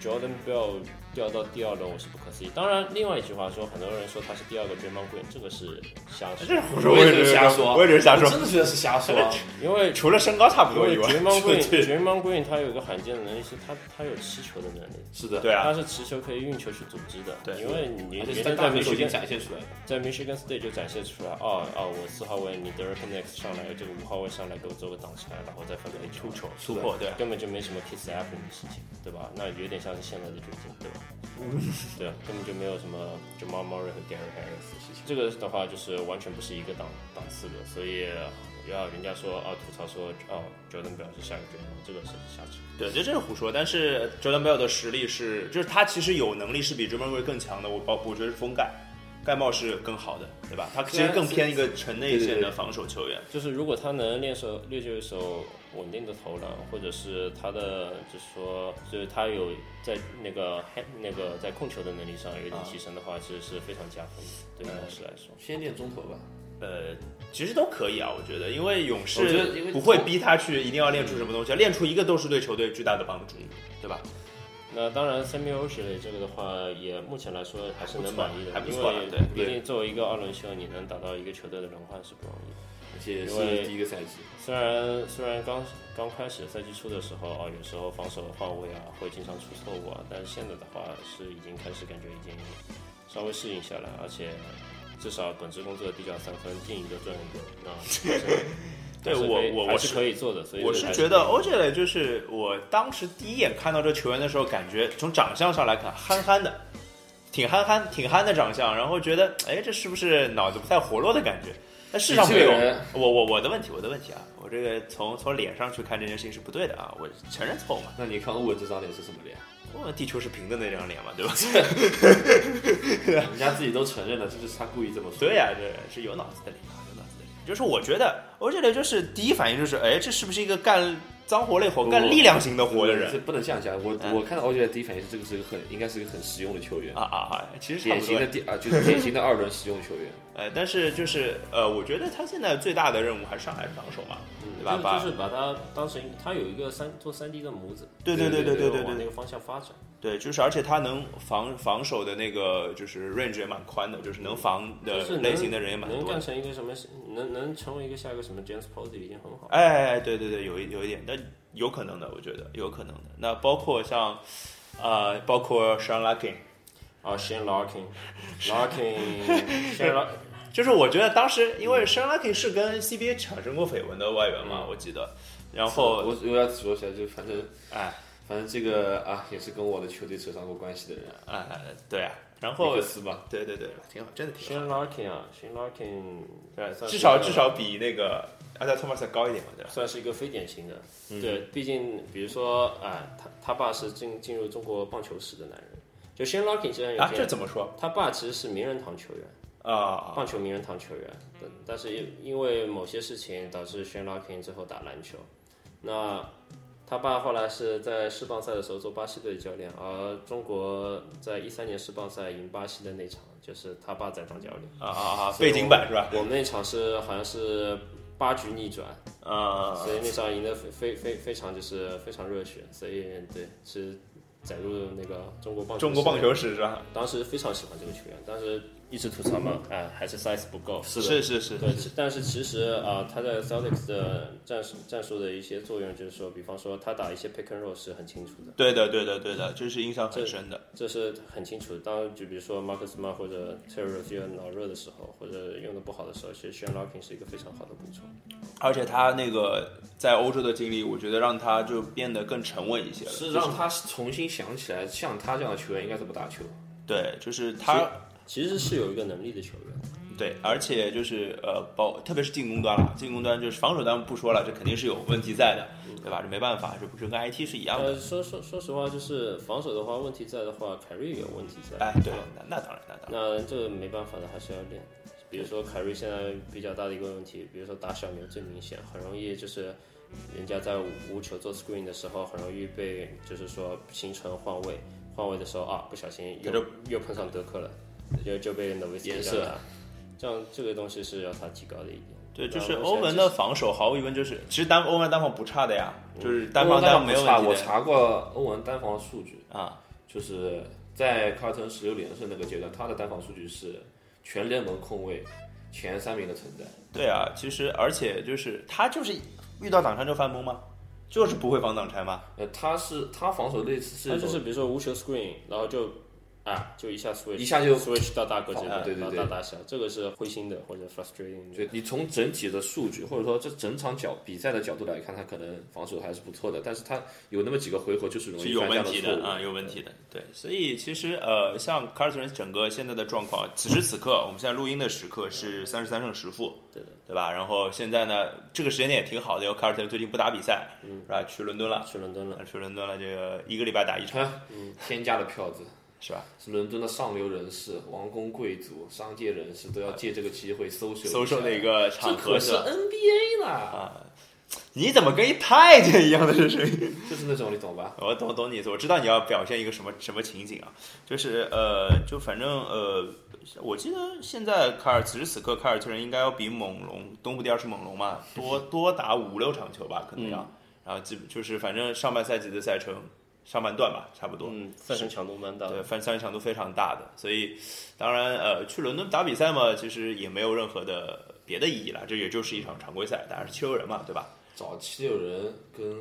[SPEAKER 3] Jordan Bell 掉到第二轮，我是不可思议。当然，另外一句话说，很多人说他是第二个 Draymond Green，这个是瞎
[SPEAKER 1] 这
[SPEAKER 3] 说，
[SPEAKER 1] 是胡说，
[SPEAKER 2] 我也
[SPEAKER 1] 也
[SPEAKER 2] 是瞎说
[SPEAKER 1] 我也只是瞎说
[SPEAKER 2] 我，真的觉得是瞎说。啊
[SPEAKER 3] 因为
[SPEAKER 1] 除了身高差不
[SPEAKER 3] 因
[SPEAKER 1] 多
[SPEAKER 3] 为
[SPEAKER 1] 以 [LAUGHS] 外，
[SPEAKER 3] Draymond
[SPEAKER 1] 对
[SPEAKER 3] Green，Draymond Green 他有个罕见的能力是他他有持球的能力，
[SPEAKER 2] 是的，
[SPEAKER 1] 对啊
[SPEAKER 3] 他，是持球可以运球去组织的。
[SPEAKER 1] 对
[SPEAKER 3] 因为你
[SPEAKER 2] 而
[SPEAKER 3] 原
[SPEAKER 2] 且是
[SPEAKER 3] 先
[SPEAKER 2] 在
[SPEAKER 3] 在
[SPEAKER 2] 大
[SPEAKER 3] 明
[SPEAKER 2] 学就
[SPEAKER 3] 星
[SPEAKER 2] 已经
[SPEAKER 3] 跟
[SPEAKER 2] 展现出来了。
[SPEAKER 3] 在 Michigan State 就展现出来，哦哦，我四号位，你 Derek Next 上来，这个五号位上来给我做个挡拆，然后再分配出球，
[SPEAKER 1] 突破对啊，
[SPEAKER 3] 根本就没什么 kiss apple 的事情，对吧？那有点像是现在的掘金，对吧？对啊，根本就没有什么 Jamal Murray 和 Gary Harris 的事情。这个的话就是完全不是一个档档次的，所以要人家说啊吐槽说哦 Jordan 表示下个 d r 这个是瞎扯。
[SPEAKER 1] 对，这这是胡说。但是 Jordan Bell 的实力是，就是他其实有能力是比 Draymond Green 更强的。我包我觉得是封盖，盖帽是更好的，对吧？他其实更偏一个城内线的防守球员。
[SPEAKER 3] 就是如果他能练手练就一手稳定的投篮，或者是他的就是说就是他有在那个那个在控球的能力上有一点提升的话，其实是非常加分的，对于老师来说。
[SPEAKER 2] 先练中投吧，
[SPEAKER 1] 呃，其实都可以啊，我觉得，因为勇
[SPEAKER 2] 我觉
[SPEAKER 1] 士
[SPEAKER 2] 得因为
[SPEAKER 1] 不会逼他去一定要练出什么东西，练出一个都是对球队巨大的帮助，对吧？
[SPEAKER 3] 那当然 s a m u e l o s h i 这个的话，也目前来说还是能满意的，
[SPEAKER 1] 还不错还不
[SPEAKER 3] 因
[SPEAKER 1] 错
[SPEAKER 3] 为
[SPEAKER 1] 对
[SPEAKER 3] 毕竟作为一个二轮秀，你能打到一个球队的轮换是不容易的。
[SPEAKER 2] 而且
[SPEAKER 3] 因为
[SPEAKER 2] 是第一个赛季。
[SPEAKER 3] 虽然虽然刚刚开始赛季初的时候啊、有时候防守换位啊会经常出错误啊，但是现在的话是已经开始感觉已经稍微适应下来，而且至少本职工作的低角三分进一个赚一个，
[SPEAKER 1] [LAUGHS]
[SPEAKER 3] 那还是
[SPEAKER 1] 对
[SPEAKER 3] 还是
[SPEAKER 1] 我
[SPEAKER 3] 可以
[SPEAKER 1] 我我
[SPEAKER 3] 还
[SPEAKER 1] 是
[SPEAKER 3] 是可以做的，所以
[SPEAKER 1] 我
[SPEAKER 3] 这
[SPEAKER 1] 是
[SPEAKER 3] 个还
[SPEAKER 1] 觉得哦
[SPEAKER 3] 可以
[SPEAKER 1] OJ 嘞，就是我当时第一眼看到这球员的时候，感觉从长相上来看，憨憨的，挺憨憨、挺憨的长相，然后觉得，哎，这是不是脑子不太活络的感觉？但事实上
[SPEAKER 2] 你
[SPEAKER 1] 没
[SPEAKER 2] 这
[SPEAKER 1] 有
[SPEAKER 2] 个人，
[SPEAKER 1] 我我我的问题，我的问题啊，我这个从从脸上去看这件事情是不对的啊，我承认错误嘛，
[SPEAKER 2] 那你看欧文这张脸是什么脸？
[SPEAKER 1] 我们地球是平的那张脸嘛，对吧？ [LAUGHS]
[SPEAKER 2] 人家自己都承认了，这就是他故意这么说。
[SPEAKER 1] 对呀、这是有脑子的理啊，有脑子的理。就是我觉得，我觉得就是第一反应就是，哎，这是不是一个干脏活累活、
[SPEAKER 2] 不
[SPEAKER 1] 干力量型的
[SPEAKER 2] 不，
[SPEAKER 1] 活的人
[SPEAKER 2] 这不能这样讲。我
[SPEAKER 1] 嗯
[SPEAKER 2] 我看到欧杰的第一反应是，这个是个很应该是个很实用的球员
[SPEAKER 1] 啊，啊啊？其实差
[SPEAKER 2] 典
[SPEAKER 1] 不多
[SPEAKER 2] 型的第啊就是典型的二轮实用球 [LAUGHS] 员。
[SPEAKER 1] 呃，但是就是呃，我觉得他现在最大的任务还是上海防守嘛，对吧？
[SPEAKER 3] 就是就是把它当成他有一个三做三 D 的模子，
[SPEAKER 1] 对对对对对对
[SPEAKER 3] 往那
[SPEAKER 1] 对
[SPEAKER 3] 个方向发展。
[SPEAKER 1] 对，就是而且他能防防守的那个就是 range 也蛮宽的，就是能防的
[SPEAKER 3] 就是能
[SPEAKER 1] 类型的人也蛮
[SPEAKER 3] 能
[SPEAKER 1] 多
[SPEAKER 3] 干
[SPEAKER 1] 的。
[SPEAKER 3] 成一个什么，能能成为一个下一个什么 James Posey 已经很好。
[SPEAKER 1] 哎，对对对，有一有一点，但有可能的，我觉得有可能的。那包括像啊、呃包括 Sean Larkin，
[SPEAKER 3] 啊，Shane [LAUGHS] Larkin，Larkin，Shane Larkin，
[SPEAKER 1] 就是我觉得当时因为 Sean Larkin 是跟 CBA 产生过绯闻的外援嘛，我记得。然后
[SPEAKER 2] 我我要说起来，就反正
[SPEAKER 1] 哎
[SPEAKER 2] 反正这个啊也是跟我的球队扯上过关系的人。
[SPEAKER 1] 哎，对啊，然后
[SPEAKER 2] 尼克斯吧，
[SPEAKER 1] 对对对，挺好，真的挺
[SPEAKER 3] s h
[SPEAKER 1] 好。
[SPEAKER 3] a n Larkin 啊 s h a n Larkin
[SPEAKER 1] 对，
[SPEAKER 3] 算是
[SPEAKER 1] 至少
[SPEAKER 3] 一个
[SPEAKER 1] 至少比那个阿加托马斯高一点嘛，对吧？
[SPEAKER 3] 算是一个非典型的，对，毕竟比如说，哎，他他爸是进进入中国棒球史的男人，就 s h a n Larkin 这样有
[SPEAKER 1] 啊，
[SPEAKER 3] 点，
[SPEAKER 1] 这怎么说
[SPEAKER 3] 他爸其实是名人堂球员，
[SPEAKER 1] 啊？
[SPEAKER 3] 棒球名人堂球员，但但是因因为某些事情导致 s h a n Larkin 最后打篮球，那他爸后来是在世棒赛的时候做巴西队教练，而中国在一三年世棒赛赢巴西的那场，就是他爸在当教练，
[SPEAKER 1] 啊啊啊！背景板是吧？
[SPEAKER 3] 我们那场是好像是八局逆转。
[SPEAKER 1] 啊，
[SPEAKER 3] 所以那场赢得非非非非常就是非常热血，所以对是载入那个中国棒球
[SPEAKER 1] 中国棒
[SPEAKER 3] 史
[SPEAKER 1] 球史是吧？
[SPEAKER 3] 当时非常喜欢这个球员，但是一直吐槽嘛，哎，还是 size 不够。
[SPEAKER 1] 是是是，
[SPEAKER 3] 对，其但是其实啊、他在 Celtics 的战术战术的一些作用，就是说，比方说他打一些 pick and roll 是很清楚的，
[SPEAKER 1] 对的对的对的，这是印象很深的。
[SPEAKER 3] 这是很清楚的。当就比如说 Marcus Smart 或者 Terry Rozier 脑热的时候，或者用的不好的时候，其实 Sean Larkin 是一个非常好的补充。
[SPEAKER 1] 而且他那个在欧洲的经历，我觉得让他就变得更沉稳一些了。
[SPEAKER 2] 是
[SPEAKER 1] 就是
[SPEAKER 2] 让他重新想起来，像他这样的球员应该怎么打球。
[SPEAKER 1] 对，就是他
[SPEAKER 3] 其实是有一个能力的球员，
[SPEAKER 1] 对，而且就是呃，包特别是进攻端了，进攻端就是防守端不说了，这肯定是有问题在的，对吧？这没办法，这不是跟 IT 是一样的。
[SPEAKER 3] 呃，说说说实话，就是防守的话，问题在的话，凯瑞有问题在。
[SPEAKER 1] 哎，对，那那当然，那当然，
[SPEAKER 3] 那这个没办法的，还是要练。比如说凯瑞现在比较大的一个问题，比如说打小牛最明显，很容易就是人家在无球做 screen 的时候，很容易被就是说形成换位，换位的时候啊，不小心又
[SPEAKER 1] 他就
[SPEAKER 3] 又碰上德克了，就就被 n o v i c
[SPEAKER 2] 颜
[SPEAKER 3] k
[SPEAKER 2] 色
[SPEAKER 3] 干了。这样这个东西是要他提高的一点。
[SPEAKER 1] 对，
[SPEAKER 3] 那
[SPEAKER 1] 就是
[SPEAKER 3] 我
[SPEAKER 1] 欧
[SPEAKER 3] 现在
[SPEAKER 1] 文
[SPEAKER 3] 就
[SPEAKER 1] 的防守毫无疑问就是，其实单欧文单防不差的呀，就是单
[SPEAKER 2] 嗯
[SPEAKER 1] 防
[SPEAKER 2] 欧文
[SPEAKER 1] 单
[SPEAKER 2] 单
[SPEAKER 1] 防没有问题的
[SPEAKER 2] 我查过欧文单防的数据，
[SPEAKER 1] 啊，
[SPEAKER 2] 就是在卡尔特人十六连胜那个阶段，他的单防数据是全联盟控卫前三名的存在。
[SPEAKER 1] 对啊，其实而且就是他就是遇到挡拆就翻崩吗？就是不会防挡拆吗？
[SPEAKER 2] 呃，他是他防守类似是
[SPEAKER 3] 他
[SPEAKER 2] 一
[SPEAKER 3] 就
[SPEAKER 2] 种
[SPEAKER 3] 是比如说无球 screen，然后就啊就一下 switch，
[SPEAKER 2] 一下就
[SPEAKER 3] switch 到大个这
[SPEAKER 2] 啊
[SPEAKER 3] 边，
[SPEAKER 2] 对对
[SPEAKER 3] 然后
[SPEAKER 2] 对
[SPEAKER 3] 到大小，这个是灰心的或者 frustrating 的。
[SPEAKER 2] 就你从整体的数据，或者说这整场角比赛的角度来看，他可能防守还是不错的，但是他有那么几个回合就是容
[SPEAKER 1] 是
[SPEAKER 2] 易
[SPEAKER 1] 有
[SPEAKER 2] 犯下
[SPEAKER 1] 问
[SPEAKER 2] 的
[SPEAKER 1] 题
[SPEAKER 2] 错
[SPEAKER 1] 的
[SPEAKER 2] 误
[SPEAKER 1] 啊、有问题的。对，所以其实呃，像凯尔特人整个现在的状况，此时此刻我们现在录音的时刻是三十三胜十负，
[SPEAKER 3] 对的，
[SPEAKER 1] 对吧？然后现在呢，这个时间点也挺好的，因为凯尔特人最近不打比赛，嗯，是吧？去伦敦了，
[SPEAKER 3] 去伦
[SPEAKER 2] 嗯
[SPEAKER 3] 敦了，
[SPEAKER 1] 啊去伦敦了，这个一个礼拜打一场，
[SPEAKER 2] 啊天价的票子。
[SPEAKER 1] 是吧？
[SPEAKER 2] 是伦敦的上流人士、王公贵族、商界人士都要借这个机会搜索
[SPEAKER 1] 搜索
[SPEAKER 2] 那
[SPEAKER 1] 的一个场合
[SPEAKER 2] 可
[SPEAKER 1] 是
[SPEAKER 2] 是啊
[SPEAKER 1] 吧？
[SPEAKER 2] NBA 啦，
[SPEAKER 1] 你怎么跟一太监一样的这声音？
[SPEAKER 2] 就是那种你懂吧？
[SPEAKER 1] [LAUGHS] 我懂懂你意思，我知道你要表现一个什么什么情景啊，就是呃，就反正呃，我记得现在凯尔此时此刻凯尔特人应该要比猛龙东部第二是猛龙嘛，多多打五六场球吧，可能要，然后基本就是反正上半赛季的赛程上半段吧，差不多，
[SPEAKER 3] 嗯，赛程强度蛮大
[SPEAKER 1] 对，
[SPEAKER 3] 的。
[SPEAKER 1] 反三强度非常大的，所以当然呃，去伦敦打比赛嘛，其实也没有任何的别的意义了，这也就是一场常规赛，当然是七六人嘛，对吧？
[SPEAKER 2] 早期有人跟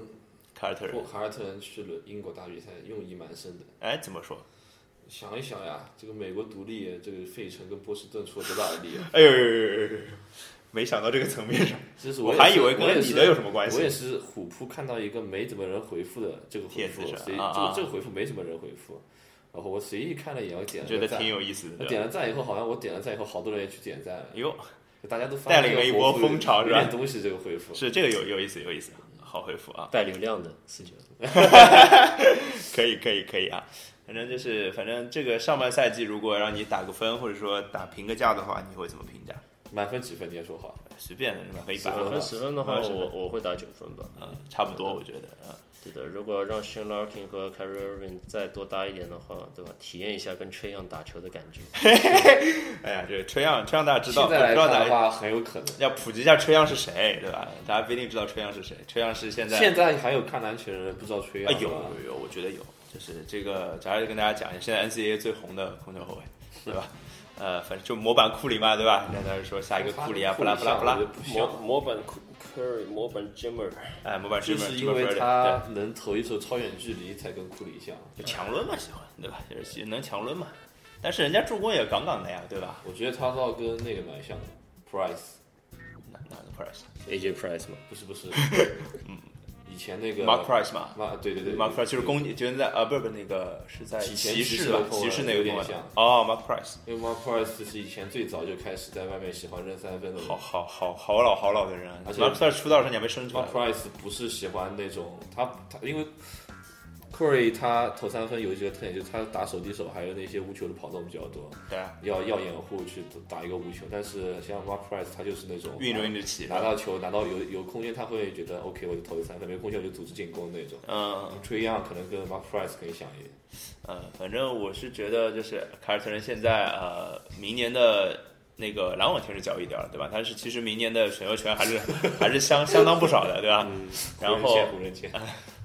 [SPEAKER 1] 凯尔特人
[SPEAKER 2] 霍，凯尔特人去了英国打比赛，用意蛮深的。
[SPEAKER 1] 哎，怎么说？
[SPEAKER 2] 想一想呀，这个美国独立，这个费城跟波士顿出了多大的力啊！
[SPEAKER 1] [LAUGHS] 哎呦呦呦呦呦呦呦！没想到这个层面 [LAUGHS] 上，
[SPEAKER 2] 其实
[SPEAKER 1] 我
[SPEAKER 2] 也
[SPEAKER 1] 还
[SPEAKER 2] 是
[SPEAKER 1] 以为
[SPEAKER 2] 我也
[SPEAKER 1] 跟你
[SPEAKER 2] 是
[SPEAKER 1] 的有什么关
[SPEAKER 2] 我也
[SPEAKER 1] 系。
[SPEAKER 2] 是虎扑看到一个没怎么人回复的这个回
[SPEAKER 1] 帖子
[SPEAKER 2] 复，
[SPEAKER 1] 是吧
[SPEAKER 2] 随
[SPEAKER 1] 啊
[SPEAKER 2] 这
[SPEAKER 1] 啊
[SPEAKER 2] 个这个回复没什么人回复，然后我随意看了一眼，我点了
[SPEAKER 1] 觉
[SPEAKER 2] 个
[SPEAKER 1] 得
[SPEAKER 2] 赞
[SPEAKER 1] 挺，有意思
[SPEAKER 2] 我
[SPEAKER 1] 的，对吧
[SPEAKER 2] 点了赞以后，好像我点了赞以后，好多人也去点赞了，
[SPEAKER 1] 哎呦，
[SPEAKER 2] 就大家都发
[SPEAKER 1] 带
[SPEAKER 2] 现
[SPEAKER 1] 领
[SPEAKER 2] 这
[SPEAKER 1] 了
[SPEAKER 2] 个
[SPEAKER 1] 一波
[SPEAKER 2] 回复
[SPEAKER 1] 风潮
[SPEAKER 2] 有
[SPEAKER 1] 是吧
[SPEAKER 2] 点东西这个回复，
[SPEAKER 1] 是这个有有意思，有意思，好回复啊，
[SPEAKER 3] 带流量的四九，
[SPEAKER 1] 可以可以可以啊，反正就是反正这个上半赛季如果让你打个分或者说打评个价的话，你会怎么评价？满
[SPEAKER 2] 满分几分？你也说好，
[SPEAKER 1] 随便的，满分一百
[SPEAKER 3] 满分
[SPEAKER 1] 吧，
[SPEAKER 3] 十分的话，
[SPEAKER 1] 满分10
[SPEAKER 3] 我我会打九分吧。
[SPEAKER 1] 嗯，差不多我觉得，嗯，
[SPEAKER 3] 对的，如果让 Sean Larkin 和 c a r r y Irving 再多搭一点的话，对吧？体验一下跟吹样打球的感觉。
[SPEAKER 1] 哎呀，这吹样吹样大家知道，
[SPEAKER 2] 现
[SPEAKER 1] 不
[SPEAKER 2] 在来
[SPEAKER 1] 知道
[SPEAKER 2] 看
[SPEAKER 1] 大
[SPEAKER 2] 的
[SPEAKER 1] 家
[SPEAKER 2] 话，很有可能。
[SPEAKER 1] 要普及一下吹样是谁，对吧？大家不一定知道吹样是谁，吹样是现在
[SPEAKER 2] 现在还有看篮球的人不知道吹
[SPEAKER 1] 啊
[SPEAKER 2] 啊？
[SPEAKER 1] 有
[SPEAKER 2] 是吧
[SPEAKER 1] 有有，我觉得有，就是这个，假如跟大家讲一下，现在 NCAA 最红的控球后卫，对吧？呃，反正就模板库里嘛，对吧？人家当时说
[SPEAKER 2] 哎
[SPEAKER 1] 下一个库里啊，不啦不啦不啦
[SPEAKER 2] 我觉，得不像
[SPEAKER 3] 模模板 Curry，模板 Jimmer，
[SPEAKER 1] 哎，模板
[SPEAKER 2] 就
[SPEAKER 1] 库
[SPEAKER 2] 是
[SPEAKER 1] 里
[SPEAKER 2] 因为
[SPEAKER 1] Jimmer Fredette，
[SPEAKER 2] 他能投一手超远距离，才跟库里像。
[SPEAKER 1] 对就强抡嘛，喜欢，对吧？就是能强抡嘛，但是人家助攻也杠杠的呀，对吧？
[SPEAKER 2] 我觉得他倒跟那个蛮像的，Price
[SPEAKER 1] 那那 p r i c e
[SPEAKER 2] [LAUGHS]
[SPEAKER 3] AJ Price 嘛，
[SPEAKER 2] 不是不是，以前那个
[SPEAKER 1] Mark Price 嘛
[SPEAKER 2] 马对对对
[SPEAKER 1] ，Mark Price 就是
[SPEAKER 2] 公，
[SPEAKER 1] 公，就是在啊，不是不是那个是在
[SPEAKER 2] 以前
[SPEAKER 1] 骑
[SPEAKER 2] 骑
[SPEAKER 1] 士
[SPEAKER 2] 士
[SPEAKER 1] 吧
[SPEAKER 2] 的，后卫
[SPEAKER 1] 骑士那
[SPEAKER 2] 有
[SPEAKER 1] 个
[SPEAKER 2] 点
[SPEAKER 1] 空位
[SPEAKER 2] 像
[SPEAKER 1] 哦，Mark Price，
[SPEAKER 2] 因为 Mark Price 是以前最早就开始在外面喜欢扔三分的人。
[SPEAKER 1] 好好好好老好老的人啊
[SPEAKER 2] 而且
[SPEAKER 1] ，Mark Price 出道的时候你还没生出来
[SPEAKER 2] Mark Price 不是喜欢那种他他因为 Curry 他投三分有一个特点就是他打手递手还有那些无球的跑动比较多，
[SPEAKER 1] 对啊，
[SPEAKER 2] 要要掩护去打一个无球，但是像 Mark Price 他就是那种
[SPEAKER 1] 运着运着骑，
[SPEAKER 2] 拿到球拿到有有空间他会觉得 OK 我就投个三分，没空间我就组织进攻那种。
[SPEAKER 1] 嗯。
[SPEAKER 2] 吹样可能跟 Mark Price 更像一点。
[SPEAKER 1] 呃，反正我是觉得，就是凯尔特人现在呃，明年的那个篮网签是交易掉了，对吧？但是其实明年的选秀权还是还是相相当不少的，对吧？然后
[SPEAKER 2] 湖人签，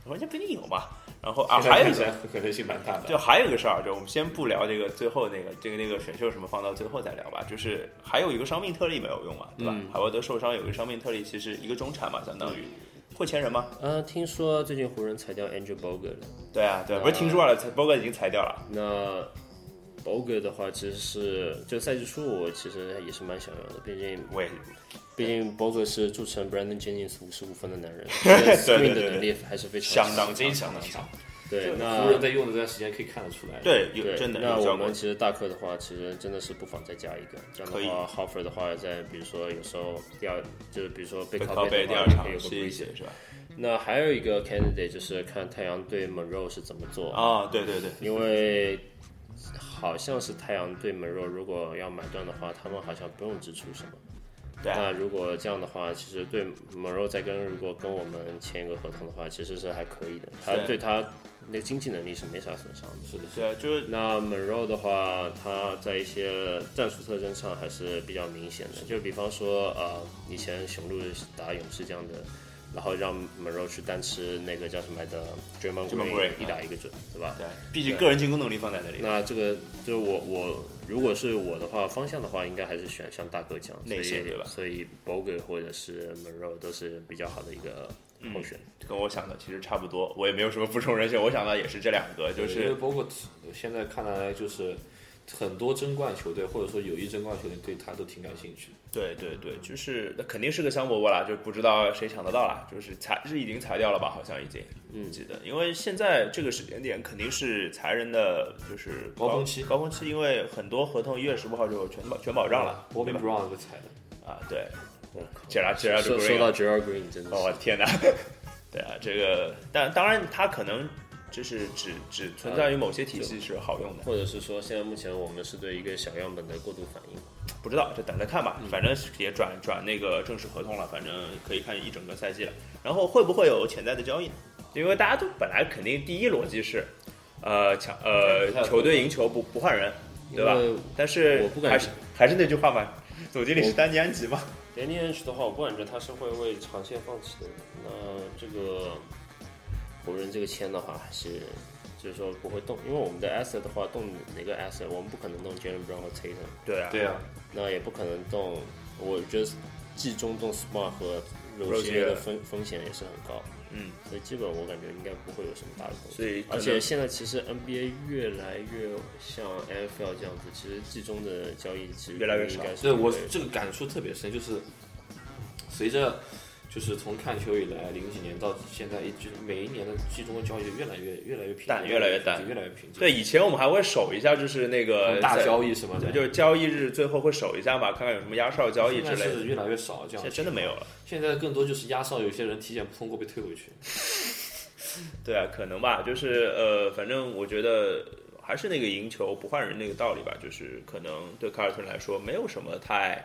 [SPEAKER 1] 我说这不一定有嘛。然后啊，还有一个，
[SPEAKER 2] 可能性蛮大的。
[SPEAKER 1] 就还有一个事儿，就我们先不聊这个最后那个这个那个选秀什么，放到最后再聊吧。就是还有一个伤病特例没有用嘛，对吧？海沃德受伤有一个伤病特例，其实一个中产嘛，相当于会签人吗？
[SPEAKER 3] 呃，听说最近湖人裁掉 Andrew Bogut 了。
[SPEAKER 1] 对啊，对啊，不是听说了，波哥已经裁掉了。
[SPEAKER 3] 那 Bogut 的话，其实是就赛季初我其实也是蛮想要的，毕竟
[SPEAKER 1] 我也
[SPEAKER 3] 毕竟 Bogut 是铸成 Brandon Jennings 五十五分的男 [LAUGHS] 人
[SPEAKER 1] 对对
[SPEAKER 3] ，screen
[SPEAKER 1] 对
[SPEAKER 3] 的能力还是非常
[SPEAKER 1] 相当
[SPEAKER 3] 强
[SPEAKER 1] 非
[SPEAKER 3] 的。
[SPEAKER 1] 常当强，
[SPEAKER 3] 对，
[SPEAKER 2] 湖人
[SPEAKER 3] 那
[SPEAKER 2] 在用的这段时间可以看得出来。，
[SPEAKER 1] 对，有
[SPEAKER 3] 对，
[SPEAKER 1] 真的
[SPEAKER 3] 那
[SPEAKER 1] 有
[SPEAKER 3] 我
[SPEAKER 1] 效果
[SPEAKER 3] 们。其实大课的话，其实真的是不妨再加一个。这样
[SPEAKER 1] 可以
[SPEAKER 3] 的话 h o f f e r 的话，在比如说有时候第二，就是比如说被
[SPEAKER 1] 背
[SPEAKER 3] 靠
[SPEAKER 1] 靠背第
[SPEAKER 3] 的话，
[SPEAKER 1] 二
[SPEAKER 3] 也
[SPEAKER 1] 场
[SPEAKER 3] 可以有个
[SPEAKER 1] 是一
[SPEAKER 3] breather
[SPEAKER 1] 些是吧？
[SPEAKER 3] 那还有一个 candidate 就是看太阳对 Monroe 是怎么做
[SPEAKER 1] 啊，对对对，
[SPEAKER 3] 因为好像是太阳对门若如果要买断的话，他们好像不用支出什么。
[SPEAKER 1] 对啊
[SPEAKER 3] 那如果这样的话，其实对门若再跟如果跟我们签一个合同的话，其实是还可以的。他
[SPEAKER 1] 对
[SPEAKER 3] 对他那经济能力是没啥损伤的。
[SPEAKER 2] 是的，
[SPEAKER 1] 对啊，就是
[SPEAKER 3] 那门若的话，他在一些战术特征上还是比较明显的，就比方说呃，以前雄鹿打勇士这样的，然后让门若去单吃那个叫什么来着 Draymond
[SPEAKER 1] Draymond
[SPEAKER 3] Green，
[SPEAKER 1] Green，
[SPEAKER 3] 一打一个准，对吧？
[SPEAKER 1] 对，毕竟个人进攻能力放在那里，
[SPEAKER 3] 那这个就是我我如果是我的话，方向的话，应该还是选像大哥这样，所
[SPEAKER 1] 内线
[SPEAKER 3] 以
[SPEAKER 1] 对吧
[SPEAKER 3] 所以 Bogut 或者是 Monroe 都是比较好的一个候选。
[SPEAKER 1] 跟我想的其实差不多，我也没有什么补充人选，我想到也是这两个，就
[SPEAKER 2] 因为
[SPEAKER 1] 是
[SPEAKER 2] 包括现在看来，就是很多争冠球队或者说有意争冠球队对他都挺感兴趣。
[SPEAKER 1] 对对对，就是那肯定是个香饽饽啦，就不知道谁抢得到啦，就是裁是已经裁掉了吧，好像已经，嗯，记得，因为现在这个时间点肯定是裁人的，就是
[SPEAKER 2] 高峰期
[SPEAKER 1] 高峰期，因为很多合同一月十五号就全保全保障了，
[SPEAKER 2] b o
[SPEAKER 1] 对
[SPEAKER 2] b
[SPEAKER 1] 吧
[SPEAKER 2] b？Brown 嗯被裁了，
[SPEAKER 1] 啊，对，
[SPEAKER 3] 我靠，
[SPEAKER 1] 杰拉杰拉德
[SPEAKER 3] 哦说
[SPEAKER 1] 格
[SPEAKER 3] 说
[SPEAKER 1] 瑞
[SPEAKER 3] 到 Gerald Green 真的
[SPEAKER 1] 哦，
[SPEAKER 3] 是
[SPEAKER 1] 我的天哪！对啊，这个，但当然，它可能就是只只存在于某些体系是好用的，
[SPEAKER 3] 或者是说现在目前我们是对一个小样本的过度反应。
[SPEAKER 1] 不知道，就等着看吧。反正也转转那个正式合同了，反正可以看一整个赛季了。然后会不会有潜在的交易呢？因为大家都本来肯定第一逻辑是，呃，抢呃球队赢球不不换人，对吧
[SPEAKER 3] 因为？
[SPEAKER 1] 但是
[SPEAKER 3] 我不敢
[SPEAKER 1] 还是还是那句话嘛，总经理是丹尼安吉嘛，
[SPEAKER 3] Danny H 的话，我不感觉他是会为长线放弃的。那这个湖人这个签的话，还是就是说不会动，因为我们的 asset 的话，动哪个 asset，我们不可能动 Jalen Brown 和 Tatum。
[SPEAKER 1] 对啊，
[SPEAKER 2] 对啊，
[SPEAKER 3] 那也不可能动。我觉得季中动 smart 和柔
[SPEAKER 1] Rozier
[SPEAKER 3] 些的风风险也是很高，
[SPEAKER 1] 嗯，
[SPEAKER 3] 所以基本我感觉应该不会有什么大的风
[SPEAKER 1] 所
[SPEAKER 3] 险。
[SPEAKER 1] 以可能
[SPEAKER 3] 而且现在其实 NBA 越来越像 NFL 这样子，其实季中的交易其实
[SPEAKER 1] 越来越
[SPEAKER 3] 应
[SPEAKER 1] 少
[SPEAKER 3] 该是
[SPEAKER 2] 对嗯我
[SPEAKER 3] 会
[SPEAKER 2] 这个感触特别深，就是随着就是从看球以来，零几年到现在，一直每一年的季中的交易越来越越来越平静
[SPEAKER 1] 淡越来越淡
[SPEAKER 2] 越来越平静。
[SPEAKER 1] 对，以前我们还会守一下，就是那个
[SPEAKER 2] 大
[SPEAKER 1] 在
[SPEAKER 2] 交易什么的，
[SPEAKER 1] 对，就是交易日最后会守一下嘛，看看有什么压哨交易之
[SPEAKER 2] 现在
[SPEAKER 1] 类的。
[SPEAKER 2] 是越来越少这
[SPEAKER 1] 现
[SPEAKER 2] 样
[SPEAKER 1] 在。真的没有了，
[SPEAKER 2] 现在更多就是压哨，有些人体检不通过被退回去。
[SPEAKER 1] 对啊，可能吧，就是呃，反正我觉得还是那个赢球不换人那个道理吧，就是可能对凯尔特人来说没有什么太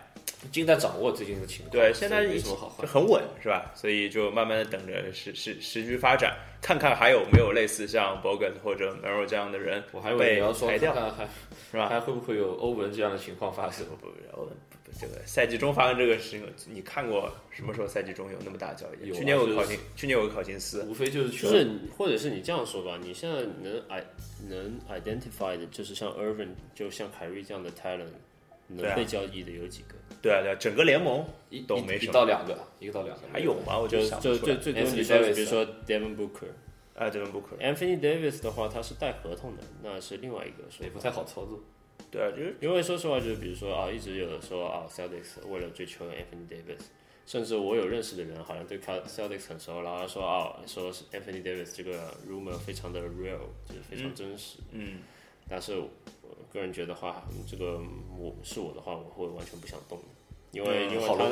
[SPEAKER 2] 尽在掌握最近的情况。
[SPEAKER 1] 对，现在
[SPEAKER 2] 所以没
[SPEAKER 1] 一
[SPEAKER 2] 什么好坏
[SPEAKER 1] 就。很稳是吧？所以就慢慢的等着时时时局发展，看看还有没有类似像 Bogut 或者 Mero 这样的人
[SPEAKER 2] 我还以为
[SPEAKER 1] 被
[SPEAKER 2] 你要说
[SPEAKER 1] 裁
[SPEAKER 2] 看
[SPEAKER 1] 掉，
[SPEAKER 2] 看还
[SPEAKER 1] 是吧
[SPEAKER 2] 还会不会有欧文这样的情况发生？
[SPEAKER 1] 不不不不这个赛季中发生这个事情，你看过什么时候赛季中有那么大的交易？
[SPEAKER 2] 有啊
[SPEAKER 1] 去年有个
[SPEAKER 2] 就是
[SPEAKER 1] 考辛，去年有个考辛斯，
[SPEAKER 2] 无非就是球
[SPEAKER 3] 就是你或者是你这样说吧，你现在能 i 能 identify 的，就是像 Irvin，就像凯瑞这样的 talent，
[SPEAKER 1] 对啊
[SPEAKER 3] 能被交易的有几个？
[SPEAKER 1] 对啊对啊，整个联盟
[SPEAKER 2] 一
[SPEAKER 1] 都
[SPEAKER 2] 一
[SPEAKER 1] 没什
[SPEAKER 2] 一
[SPEAKER 1] 么
[SPEAKER 2] 到两个，一个到两个，
[SPEAKER 1] 还有吗？我觉
[SPEAKER 3] 就
[SPEAKER 1] 得想不
[SPEAKER 3] 就
[SPEAKER 1] 出来
[SPEAKER 3] 最最多
[SPEAKER 2] Anthony
[SPEAKER 3] 你说
[SPEAKER 2] Davis
[SPEAKER 3] 比如说 Devin Booker、
[SPEAKER 1] 啊，这边不可能。
[SPEAKER 3] Anthony Davis 的话，他是带合同的，那是另外一个说
[SPEAKER 2] 也
[SPEAKER 3] 法
[SPEAKER 2] 不。太好操作。
[SPEAKER 1] 对啊，就是
[SPEAKER 3] 因为说实话，就是比如说啊，一直有人说啊，Celtics 为了追求 Anthony Davis，甚至我有认识的人好像对 Cal- Celtics 很熟，然后说啊、说是 Anthony Davis 这个 rumor 非常的 real，就是非常真实。
[SPEAKER 1] 嗯，
[SPEAKER 3] 但是我个人觉得话，嗯这个我是我的话，我会完全不想动的，因为、
[SPEAKER 1] 嗯
[SPEAKER 3] 因为
[SPEAKER 1] 好
[SPEAKER 3] 他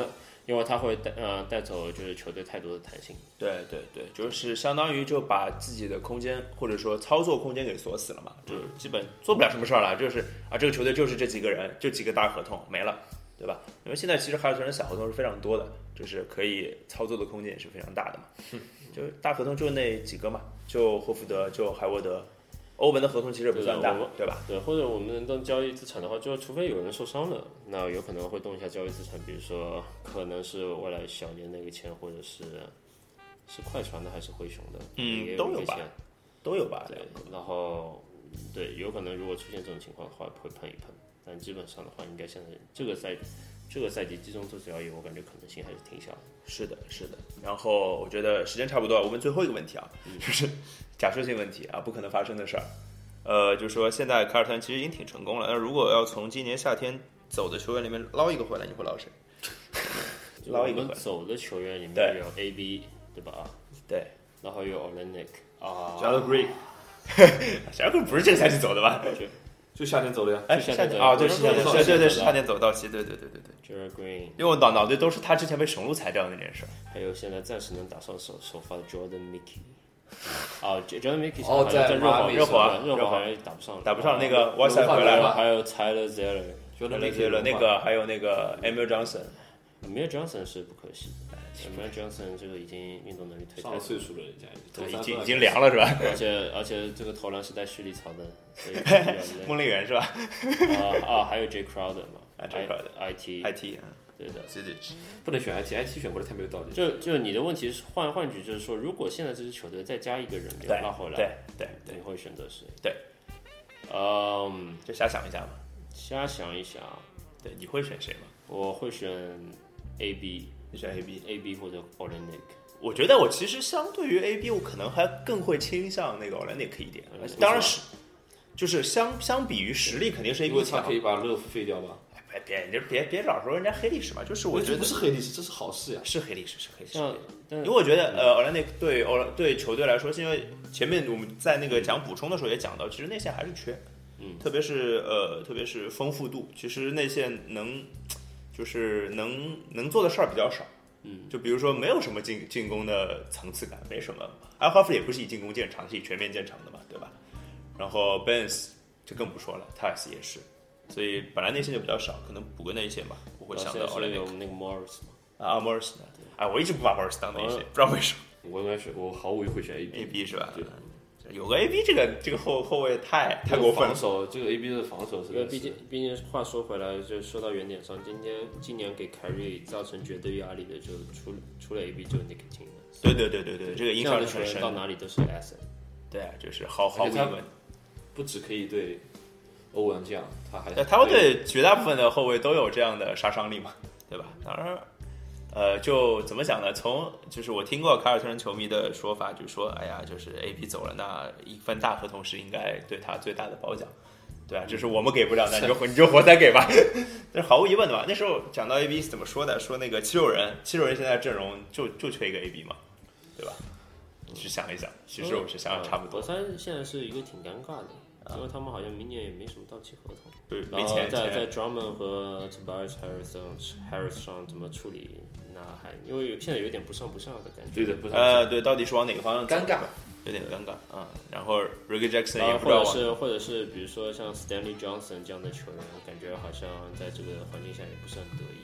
[SPEAKER 3] 因为他会带呃带走就是球队太多的弹性。
[SPEAKER 1] 对对对，就是相当于就把自己的空间或者说操作空间给锁死了嘛，就是基本做不了什么事儿了，就是啊，这个球队就是这几个人，就几个大合同没了，对吧？因为现在其实海尔特人小合同是非常多的，就是可以操作的空间也是非常大的嘛，就是大合同就那几个嘛，就霍福德，就海沃德，欧文的合同其实也不算大
[SPEAKER 3] 对我们，
[SPEAKER 1] 对吧？
[SPEAKER 3] 对，或者我们能动交易资产的话，就除非有人受伤了，那有可能会动一下交易资产，比如说可能是未来小年那个钱，或者是是快船的还是灰熊的，
[SPEAKER 1] 嗯
[SPEAKER 3] 也
[SPEAKER 1] 都
[SPEAKER 3] 有
[SPEAKER 1] 有
[SPEAKER 3] 一些
[SPEAKER 1] 吧
[SPEAKER 3] 钱
[SPEAKER 1] 都有吧？
[SPEAKER 3] 对，然后对，有可能如果出现这种情况的话，会喷一喷，但基本上的话，应该现在这个赛这个赛季集中做交易，我感觉可能性还是挺小的。
[SPEAKER 1] 是的，是的。然后我觉得时间差不多，我问最后一个问题啊，就是假设性问题啊，不可能发生的事儿。呃，就是说现在凯尔特人其实已经挺成功了，那如果要从今年夏天走的球员里面捞一个回来，你会捞谁？
[SPEAKER 3] 就
[SPEAKER 1] 捞一
[SPEAKER 3] 我
[SPEAKER 1] 个
[SPEAKER 3] 们
[SPEAKER 1] 回来
[SPEAKER 3] 走的球员里面
[SPEAKER 1] 对
[SPEAKER 3] 有 AB 对吧？
[SPEAKER 1] 对
[SPEAKER 3] 然后有 Olenek 啊，
[SPEAKER 2] j a l g r e e
[SPEAKER 1] [LAUGHS] 小狗不是这个夏天走的吧？
[SPEAKER 2] 就夏天走的呀。
[SPEAKER 1] 哎，
[SPEAKER 3] 是
[SPEAKER 1] 夏
[SPEAKER 3] 夏天
[SPEAKER 1] 天
[SPEAKER 3] 走的
[SPEAKER 1] 啊，对，
[SPEAKER 3] 不
[SPEAKER 1] 是
[SPEAKER 3] 是
[SPEAKER 1] 夏天，
[SPEAKER 3] 说
[SPEAKER 1] 对对对，
[SPEAKER 3] 是
[SPEAKER 1] 是夏天走到期，对对对对对，
[SPEAKER 3] Jerry Green，
[SPEAKER 1] 因为我脑脑袋都是他之前被雄鹿裁掉的那件事儿。
[SPEAKER 3] 还有现在暂时能打上首首发的 Jordan
[SPEAKER 1] [LAUGHS]
[SPEAKER 3] Mickey。啊，J-，Jordan Mickey
[SPEAKER 2] 哦
[SPEAKER 3] 好像在
[SPEAKER 2] 在
[SPEAKER 3] 热
[SPEAKER 2] 马
[SPEAKER 3] 火，
[SPEAKER 2] 里
[SPEAKER 1] 热火啊热
[SPEAKER 3] 热
[SPEAKER 1] 火
[SPEAKER 3] 火好像打不上了，
[SPEAKER 1] 打不上那个 w a t
[SPEAKER 2] 轮换
[SPEAKER 1] 回来
[SPEAKER 2] 轮
[SPEAKER 1] 了，
[SPEAKER 2] 换
[SPEAKER 3] 还有 Tyler Zeller，
[SPEAKER 2] 觉得
[SPEAKER 1] 那个那个还有那个 Emil Johnson，
[SPEAKER 3] Amir Johnson 是不可惜的，Amir Johnson 这个已经运动能力退
[SPEAKER 2] 上
[SPEAKER 3] 退
[SPEAKER 2] 了，岁数了，人家
[SPEAKER 1] 对已经已经凉了是吧？
[SPEAKER 3] 而且而且这个投篮是带蓄力槽的，所以
[SPEAKER 1] [LAUGHS]
[SPEAKER 3] 比较累
[SPEAKER 1] 梦丽媛是吧
[SPEAKER 3] 啊啊，还有 J Crowder 嘛
[SPEAKER 1] 啊，Jay Crowder
[SPEAKER 3] I T
[SPEAKER 1] ？IT 嗯
[SPEAKER 3] 对的，
[SPEAKER 1] ，Zizic
[SPEAKER 2] 不能选 IT，IT 选过来太没有道理。
[SPEAKER 3] 就就你的问题是换换句就是说，如果现在这支球队再加一个人给
[SPEAKER 1] 对
[SPEAKER 3] 拉回来，
[SPEAKER 1] 对对对，
[SPEAKER 3] 你会选择谁？
[SPEAKER 1] 对，
[SPEAKER 3] 嗯，
[SPEAKER 1] 就瞎想一下嘛。
[SPEAKER 3] 瞎想一想，
[SPEAKER 1] 对，你会选谁吗？
[SPEAKER 3] 我会选 A B
[SPEAKER 1] 你选 AB？
[SPEAKER 3] A B 或者 Olenek，
[SPEAKER 1] 我觉得我其实相对于 AB，我可能还更会倾向那个 Olenek 一点
[SPEAKER 3] 嗯为什。么
[SPEAKER 1] 当然是，就是相相比于实力，肯定是
[SPEAKER 2] 因为
[SPEAKER 1] AB
[SPEAKER 2] 他
[SPEAKER 1] 强。
[SPEAKER 2] 可以把乐福废掉吧？
[SPEAKER 1] 哎别别，你就别别老说人家黑历史嘛，就是我
[SPEAKER 2] 这
[SPEAKER 1] 觉
[SPEAKER 2] 不
[SPEAKER 1] 得
[SPEAKER 2] 是黑历史，这是好事呀。
[SPEAKER 1] 是黑历史，是黑历史。
[SPEAKER 3] 像但
[SPEAKER 1] 因为我觉得，呃，Olenek 对欧对球队来说，是因为前面我们在那个讲补充的时候也讲到，其实内线还是缺，
[SPEAKER 3] 嗯，
[SPEAKER 1] 特别是呃，特别是丰富度，其实内线能就是能能做的事儿比较少，
[SPEAKER 3] 嗯，
[SPEAKER 1] 就比如说没有什么进进攻的层次感，没什么，艾华夫也不是以进攻见长，是以全面见长的嘛，对吧？然后 Benz 就更不说了 t a s 也是，所以本来内线就比较少，可能补个内线吧，我会
[SPEAKER 3] 然后
[SPEAKER 1] 想
[SPEAKER 3] 哦现
[SPEAKER 1] 到
[SPEAKER 3] 在是
[SPEAKER 1] Olenek
[SPEAKER 3] 有那个哦 Morris 嘛，
[SPEAKER 1] 啊，Morris 呢？哎，我一直不把 Morris 当内线
[SPEAKER 3] Morris，
[SPEAKER 1] 不知道为什么。
[SPEAKER 2] 我应该选，我毫无疑会选 AB。
[SPEAKER 1] AB 是吧
[SPEAKER 2] 对，
[SPEAKER 1] 有个 AB 这个这个后后卫太哎太过分
[SPEAKER 2] 防
[SPEAKER 1] 了，
[SPEAKER 2] 守，这个 AB 的防守是
[SPEAKER 3] 因为毕竟毕竟话说回来，就说到原点上，今天今年给凯瑞造成绝对压力的，就除除了 A B 就是 Nick King 了，
[SPEAKER 1] 对对对对对，这个
[SPEAKER 3] 这
[SPEAKER 1] 影
[SPEAKER 3] 样
[SPEAKER 1] 响
[SPEAKER 3] 的
[SPEAKER 1] 力
[SPEAKER 3] 球
[SPEAKER 1] 很
[SPEAKER 3] 员
[SPEAKER 1] 深。
[SPEAKER 3] 到哪里都是 asset。
[SPEAKER 1] 对啊，就是毫毫无
[SPEAKER 2] 而且
[SPEAKER 1] 疑
[SPEAKER 2] 他
[SPEAKER 1] 问。
[SPEAKER 2] 不只可以对欧文这样，他还
[SPEAKER 1] 哎对，台湾队绝大部分的后卫都有这样的杀伤力嘛，对吧？当然，呃，就怎么讲呢？从就是我听过凯尔特人球迷的说法，就说，哎呀，就是 AB 走了，那一份大合同是应该对他最大的褒奖，对吧？就是我们给不了，那你就活你就活该给吧。 [LAUGHS] 但是毫无疑问的嘛，那时候讲到 AB 是怎么说的？说那个七六人，七六人现在阵容就就缺一个 AB 嘛，对吧？去想一想，其实我是想想差不多
[SPEAKER 3] 国，三现在是一个挺尴尬的，因为他们好像明年也没什么到期合同，
[SPEAKER 1] 对，
[SPEAKER 3] 嗯
[SPEAKER 1] 没
[SPEAKER 3] 然后
[SPEAKER 1] 钱，
[SPEAKER 3] 在
[SPEAKER 1] 钱
[SPEAKER 3] 在 Drummond 和 Tobias Harris 上 Harris 上怎么处理，那还因为有现在有点不上不下的感觉。
[SPEAKER 2] 对的，不是
[SPEAKER 1] 呃，对，到底是往哪个方向走？
[SPEAKER 2] 尴尬。
[SPEAKER 1] 有点尴尬啊、然后 Ricky Jackson
[SPEAKER 3] 然
[SPEAKER 1] 也
[SPEAKER 3] 后
[SPEAKER 1] 不知道
[SPEAKER 3] 啊或者
[SPEAKER 1] 往
[SPEAKER 3] 是或者是比如说像 Stanley Johnson 这样的球员，感觉好像在这个环境下也不是很得意。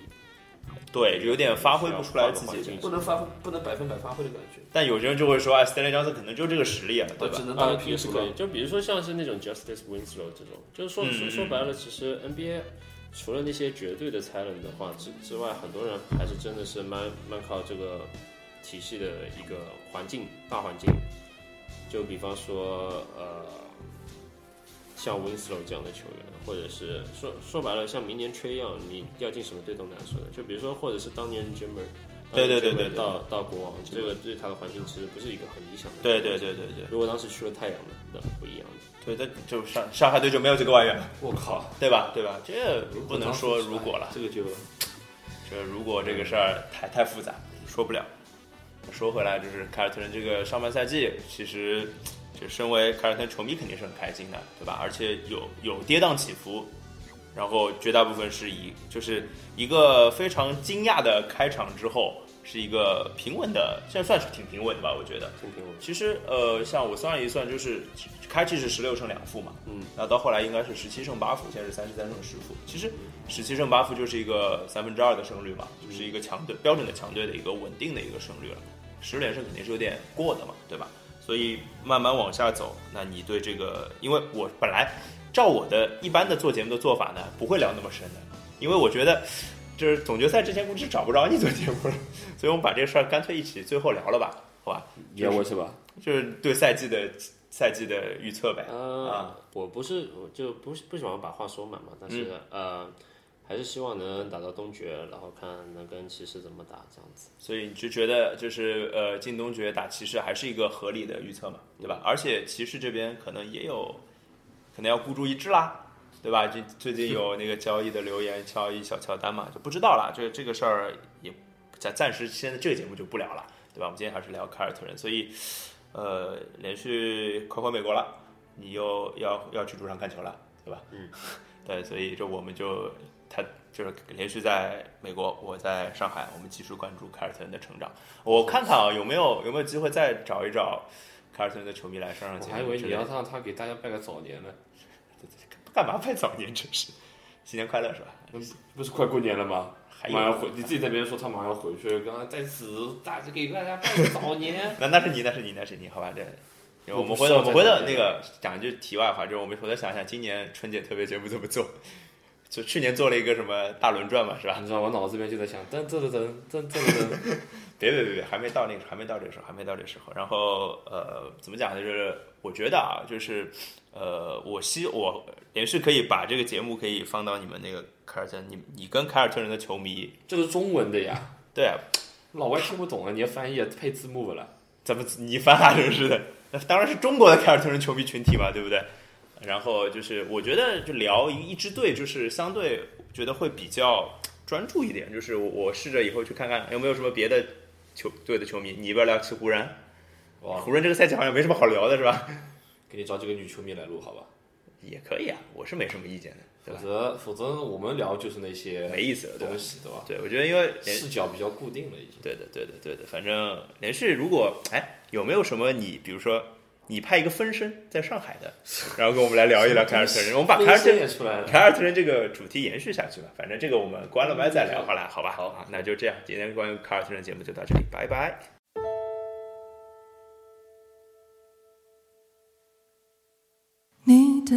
[SPEAKER 1] 对，有点发挥不出来自己
[SPEAKER 3] 需要换个环境
[SPEAKER 1] 的。
[SPEAKER 2] 不能发挥，不能百分百发挥的感觉，
[SPEAKER 1] 但有些人就会说，哎，Stanley Johnson 可能就这个实力啊，对
[SPEAKER 2] 我
[SPEAKER 1] 吧
[SPEAKER 2] 只？能
[SPEAKER 3] 啊
[SPEAKER 2] 当，
[SPEAKER 3] 也
[SPEAKER 2] 平
[SPEAKER 3] 是
[SPEAKER 2] 时
[SPEAKER 3] 可以。就比如说像是那种 Justice Winslow 这种，就是说
[SPEAKER 1] 嗯
[SPEAKER 3] 说
[SPEAKER 1] 嗯
[SPEAKER 3] 说白了，其实 NBA 除了那些绝对的 talent 的话之之外，很多人还是真的是蛮蛮靠这个体系的一个环境大环境。就比方说呃，像 Winslow 这样的球员，或者是说说白了，像明年缺样，你要进什么队都难说的。就比如说，或者是当年 Jimmer。
[SPEAKER 1] 对对对对对
[SPEAKER 3] 到到国王，这个对他的环境其实不是一个很理想的。
[SPEAKER 1] 对对对对对
[SPEAKER 3] 如果当时去了太阳的，那不一样的。
[SPEAKER 1] 对，但就上上海队就没有这个外援了，
[SPEAKER 2] 我靠，
[SPEAKER 1] 对吧？对吧？这个不能说如果了，
[SPEAKER 2] 这个就
[SPEAKER 1] 这如果这个事儿太太复杂，说不了。说回来，就是凯尔特人这个上半赛季，其实就身为凯尔特人球迷肯定是很开心的，对吧？而且有有跌宕起伏，然后绝大部分是以就是一个非常惊讶的开场之后，是一个平稳的，现在算是挺平稳的吧，我觉得。
[SPEAKER 3] 挺平稳。
[SPEAKER 1] 其实呃，像我算了一算，就是开季是十六胜两负嘛，
[SPEAKER 3] 嗯，
[SPEAKER 1] 那到后来应该是十七胜八负，现在是三十三胜十负。其实十七胜八负就是一个三分之二的胜率嘛，就是一个强队标准的强队的一个稳定的一个胜率了。十连胜肯定是有点过的嘛，对吧？所以慢慢往下走，那你对这个，因为我本来照我的一般的做节目的做法呢，不会聊那么深的，因为我觉得就是总决赛之前估计找不着你做节目了，所以我们把这事儿干脆一起最后聊了吧，好吧？
[SPEAKER 2] 你要问是吧？
[SPEAKER 1] 就是对赛季的赛季的预测呗。
[SPEAKER 3] 呃
[SPEAKER 1] 啊，
[SPEAKER 3] 我不是，我就不不喜欢把话说满嘛，但是、
[SPEAKER 1] 嗯
[SPEAKER 3] 呃，还是希望能打到东决，然后看能跟骑士怎么打这样子。
[SPEAKER 1] 所以你就觉得就是呃，进东决打骑士还是一个合理的预测嘛，对吧？而且骑士这边可能也有，可能要孤注一掷啦，对吧？最最近有那个交易的留言，交易小乔丹嘛，就不知道啦。这这个事儿也暂暂时现在这个节目就不聊了，对吧？我们今天还是聊凯尔特人，所以呃，连续快回美国了，你又要要去主场看球了，对吧？嗯， [LAUGHS] 对，所以这我们就他就是连续在美国，我在上海，我们继续关注凯尔特人的成长。我看看啊，有没有有没有机会再找一找凯尔特人的球迷来上
[SPEAKER 4] 我
[SPEAKER 1] 上
[SPEAKER 2] 啊
[SPEAKER 1] 节目。
[SPEAKER 4] 还以为
[SPEAKER 1] 之
[SPEAKER 4] 你
[SPEAKER 1] 类的
[SPEAKER 4] 要让他给大家拜个早年呢，
[SPEAKER 1] 干嘛拜早年，真是 [LAUGHS] 新年快乐是吧？
[SPEAKER 4] 不是快过年了吗？
[SPEAKER 1] 还
[SPEAKER 4] 马上
[SPEAKER 1] 有，
[SPEAKER 4] 回，你自己在那边说他马上回去，刚刚在此大家给大家拜个早
[SPEAKER 2] [LAUGHS]
[SPEAKER 4] 年。
[SPEAKER 1] 那那是你，那是你，那是你，好吧？这
[SPEAKER 4] 我
[SPEAKER 1] 我们
[SPEAKER 4] 不
[SPEAKER 1] 回
[SPEAKER 4] 知道
[SPEAKER 1] 头我们
[SPEAKER 4] 在
[SPEAKER 1] 回
[SPEAKER 4] 哪
[SPEAKER 1] 头
[SPEAKER 4] 里
[SPEAKER 1] 那个讲一句题外话，就是我们回头想想今年春节特别节目怎么做。 [LAUGHS] 就去年做了一个什么大轮转嘛，是吧？
[SPEAKER 4] 你知道我脑子里面就在想，噔噔噔噔噔噔噔，
[SPEAKER 1] 别别别别，还没到那个，还没到这个时候，还没到这个时候。然后呃，怎么讲呢？就是我觉得啊，就是呃，我希我连续可以把这个节目可以放到你们那个凯尔特人，你你跟凯尔特人的球迷，
[SPEAKER 4] 这是中文的呀，
[SPEAKER 1] 对啊，
[SPEAKER 4] 老外听不懂啊，你要翻译配字幕了。
[SPEAKER 1] 怎么你翻哈真是的？那当然是中国的凯尔特人球迷群体嘛，对不对？然后就是我觉得就聊一一支队，就是相对觉得会比较专注一点。就是我我试着以后去看看有没有什么别的球队的球迷，你一边聊起湖人，
[SPEAKER 4] 哇，
[SPEAKER 1] 湖人这个赛季好像没什么好聊的是吧？
[SPEAKER 4] 给你找几个女球迷来录好吧？
[SPEAKER 1] 也可以啊，我是没什么意见的，对
[SPEAKER 4] 否
[SPEAKER 1] 吧？
[SPEAKER 4] 则否则我们聊就是那些
[SPEAKER 1] 没意思了，对吧
[SPEAKER 4] 东？西，对吧？
[SPEAKER 1] 对，我觉得因为连
[SPEAKER 4] 视角比较固定了已经。
[SPEAKER 1] 对的，对的，对的，反正连续如果哎有没有什么你比如说你派一个分身在上海的，然后跟我们来聊一聊凯尔特人，我们把凯尔特
[SPEAKER 4] 声
[SPEAKER 1] 人
[SPEAKER 4] 也出来了。
[SPEAKER 1] 凯尔特人这个主题延续下去吧，反正这个我们关了麦再聊好了，好吧？
[SPEAKER 4] 好
[SPEAKER 1] 啊，那就这样，今天关于凯尔特人的节目就到这里，拜拜。
[SPEAKER 5] 你的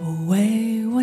[SPEAKER 5] 我为我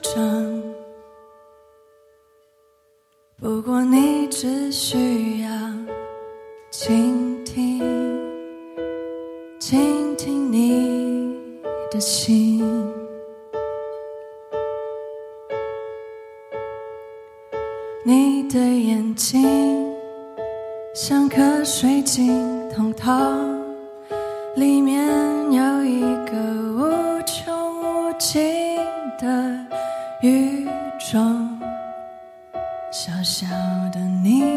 [SPEAKER 5] 长。不过你只需要倾听，倾听你的心。你的眼睛像颗水晶，通透，里面有一个无穷无尽的宇宙。小小的你，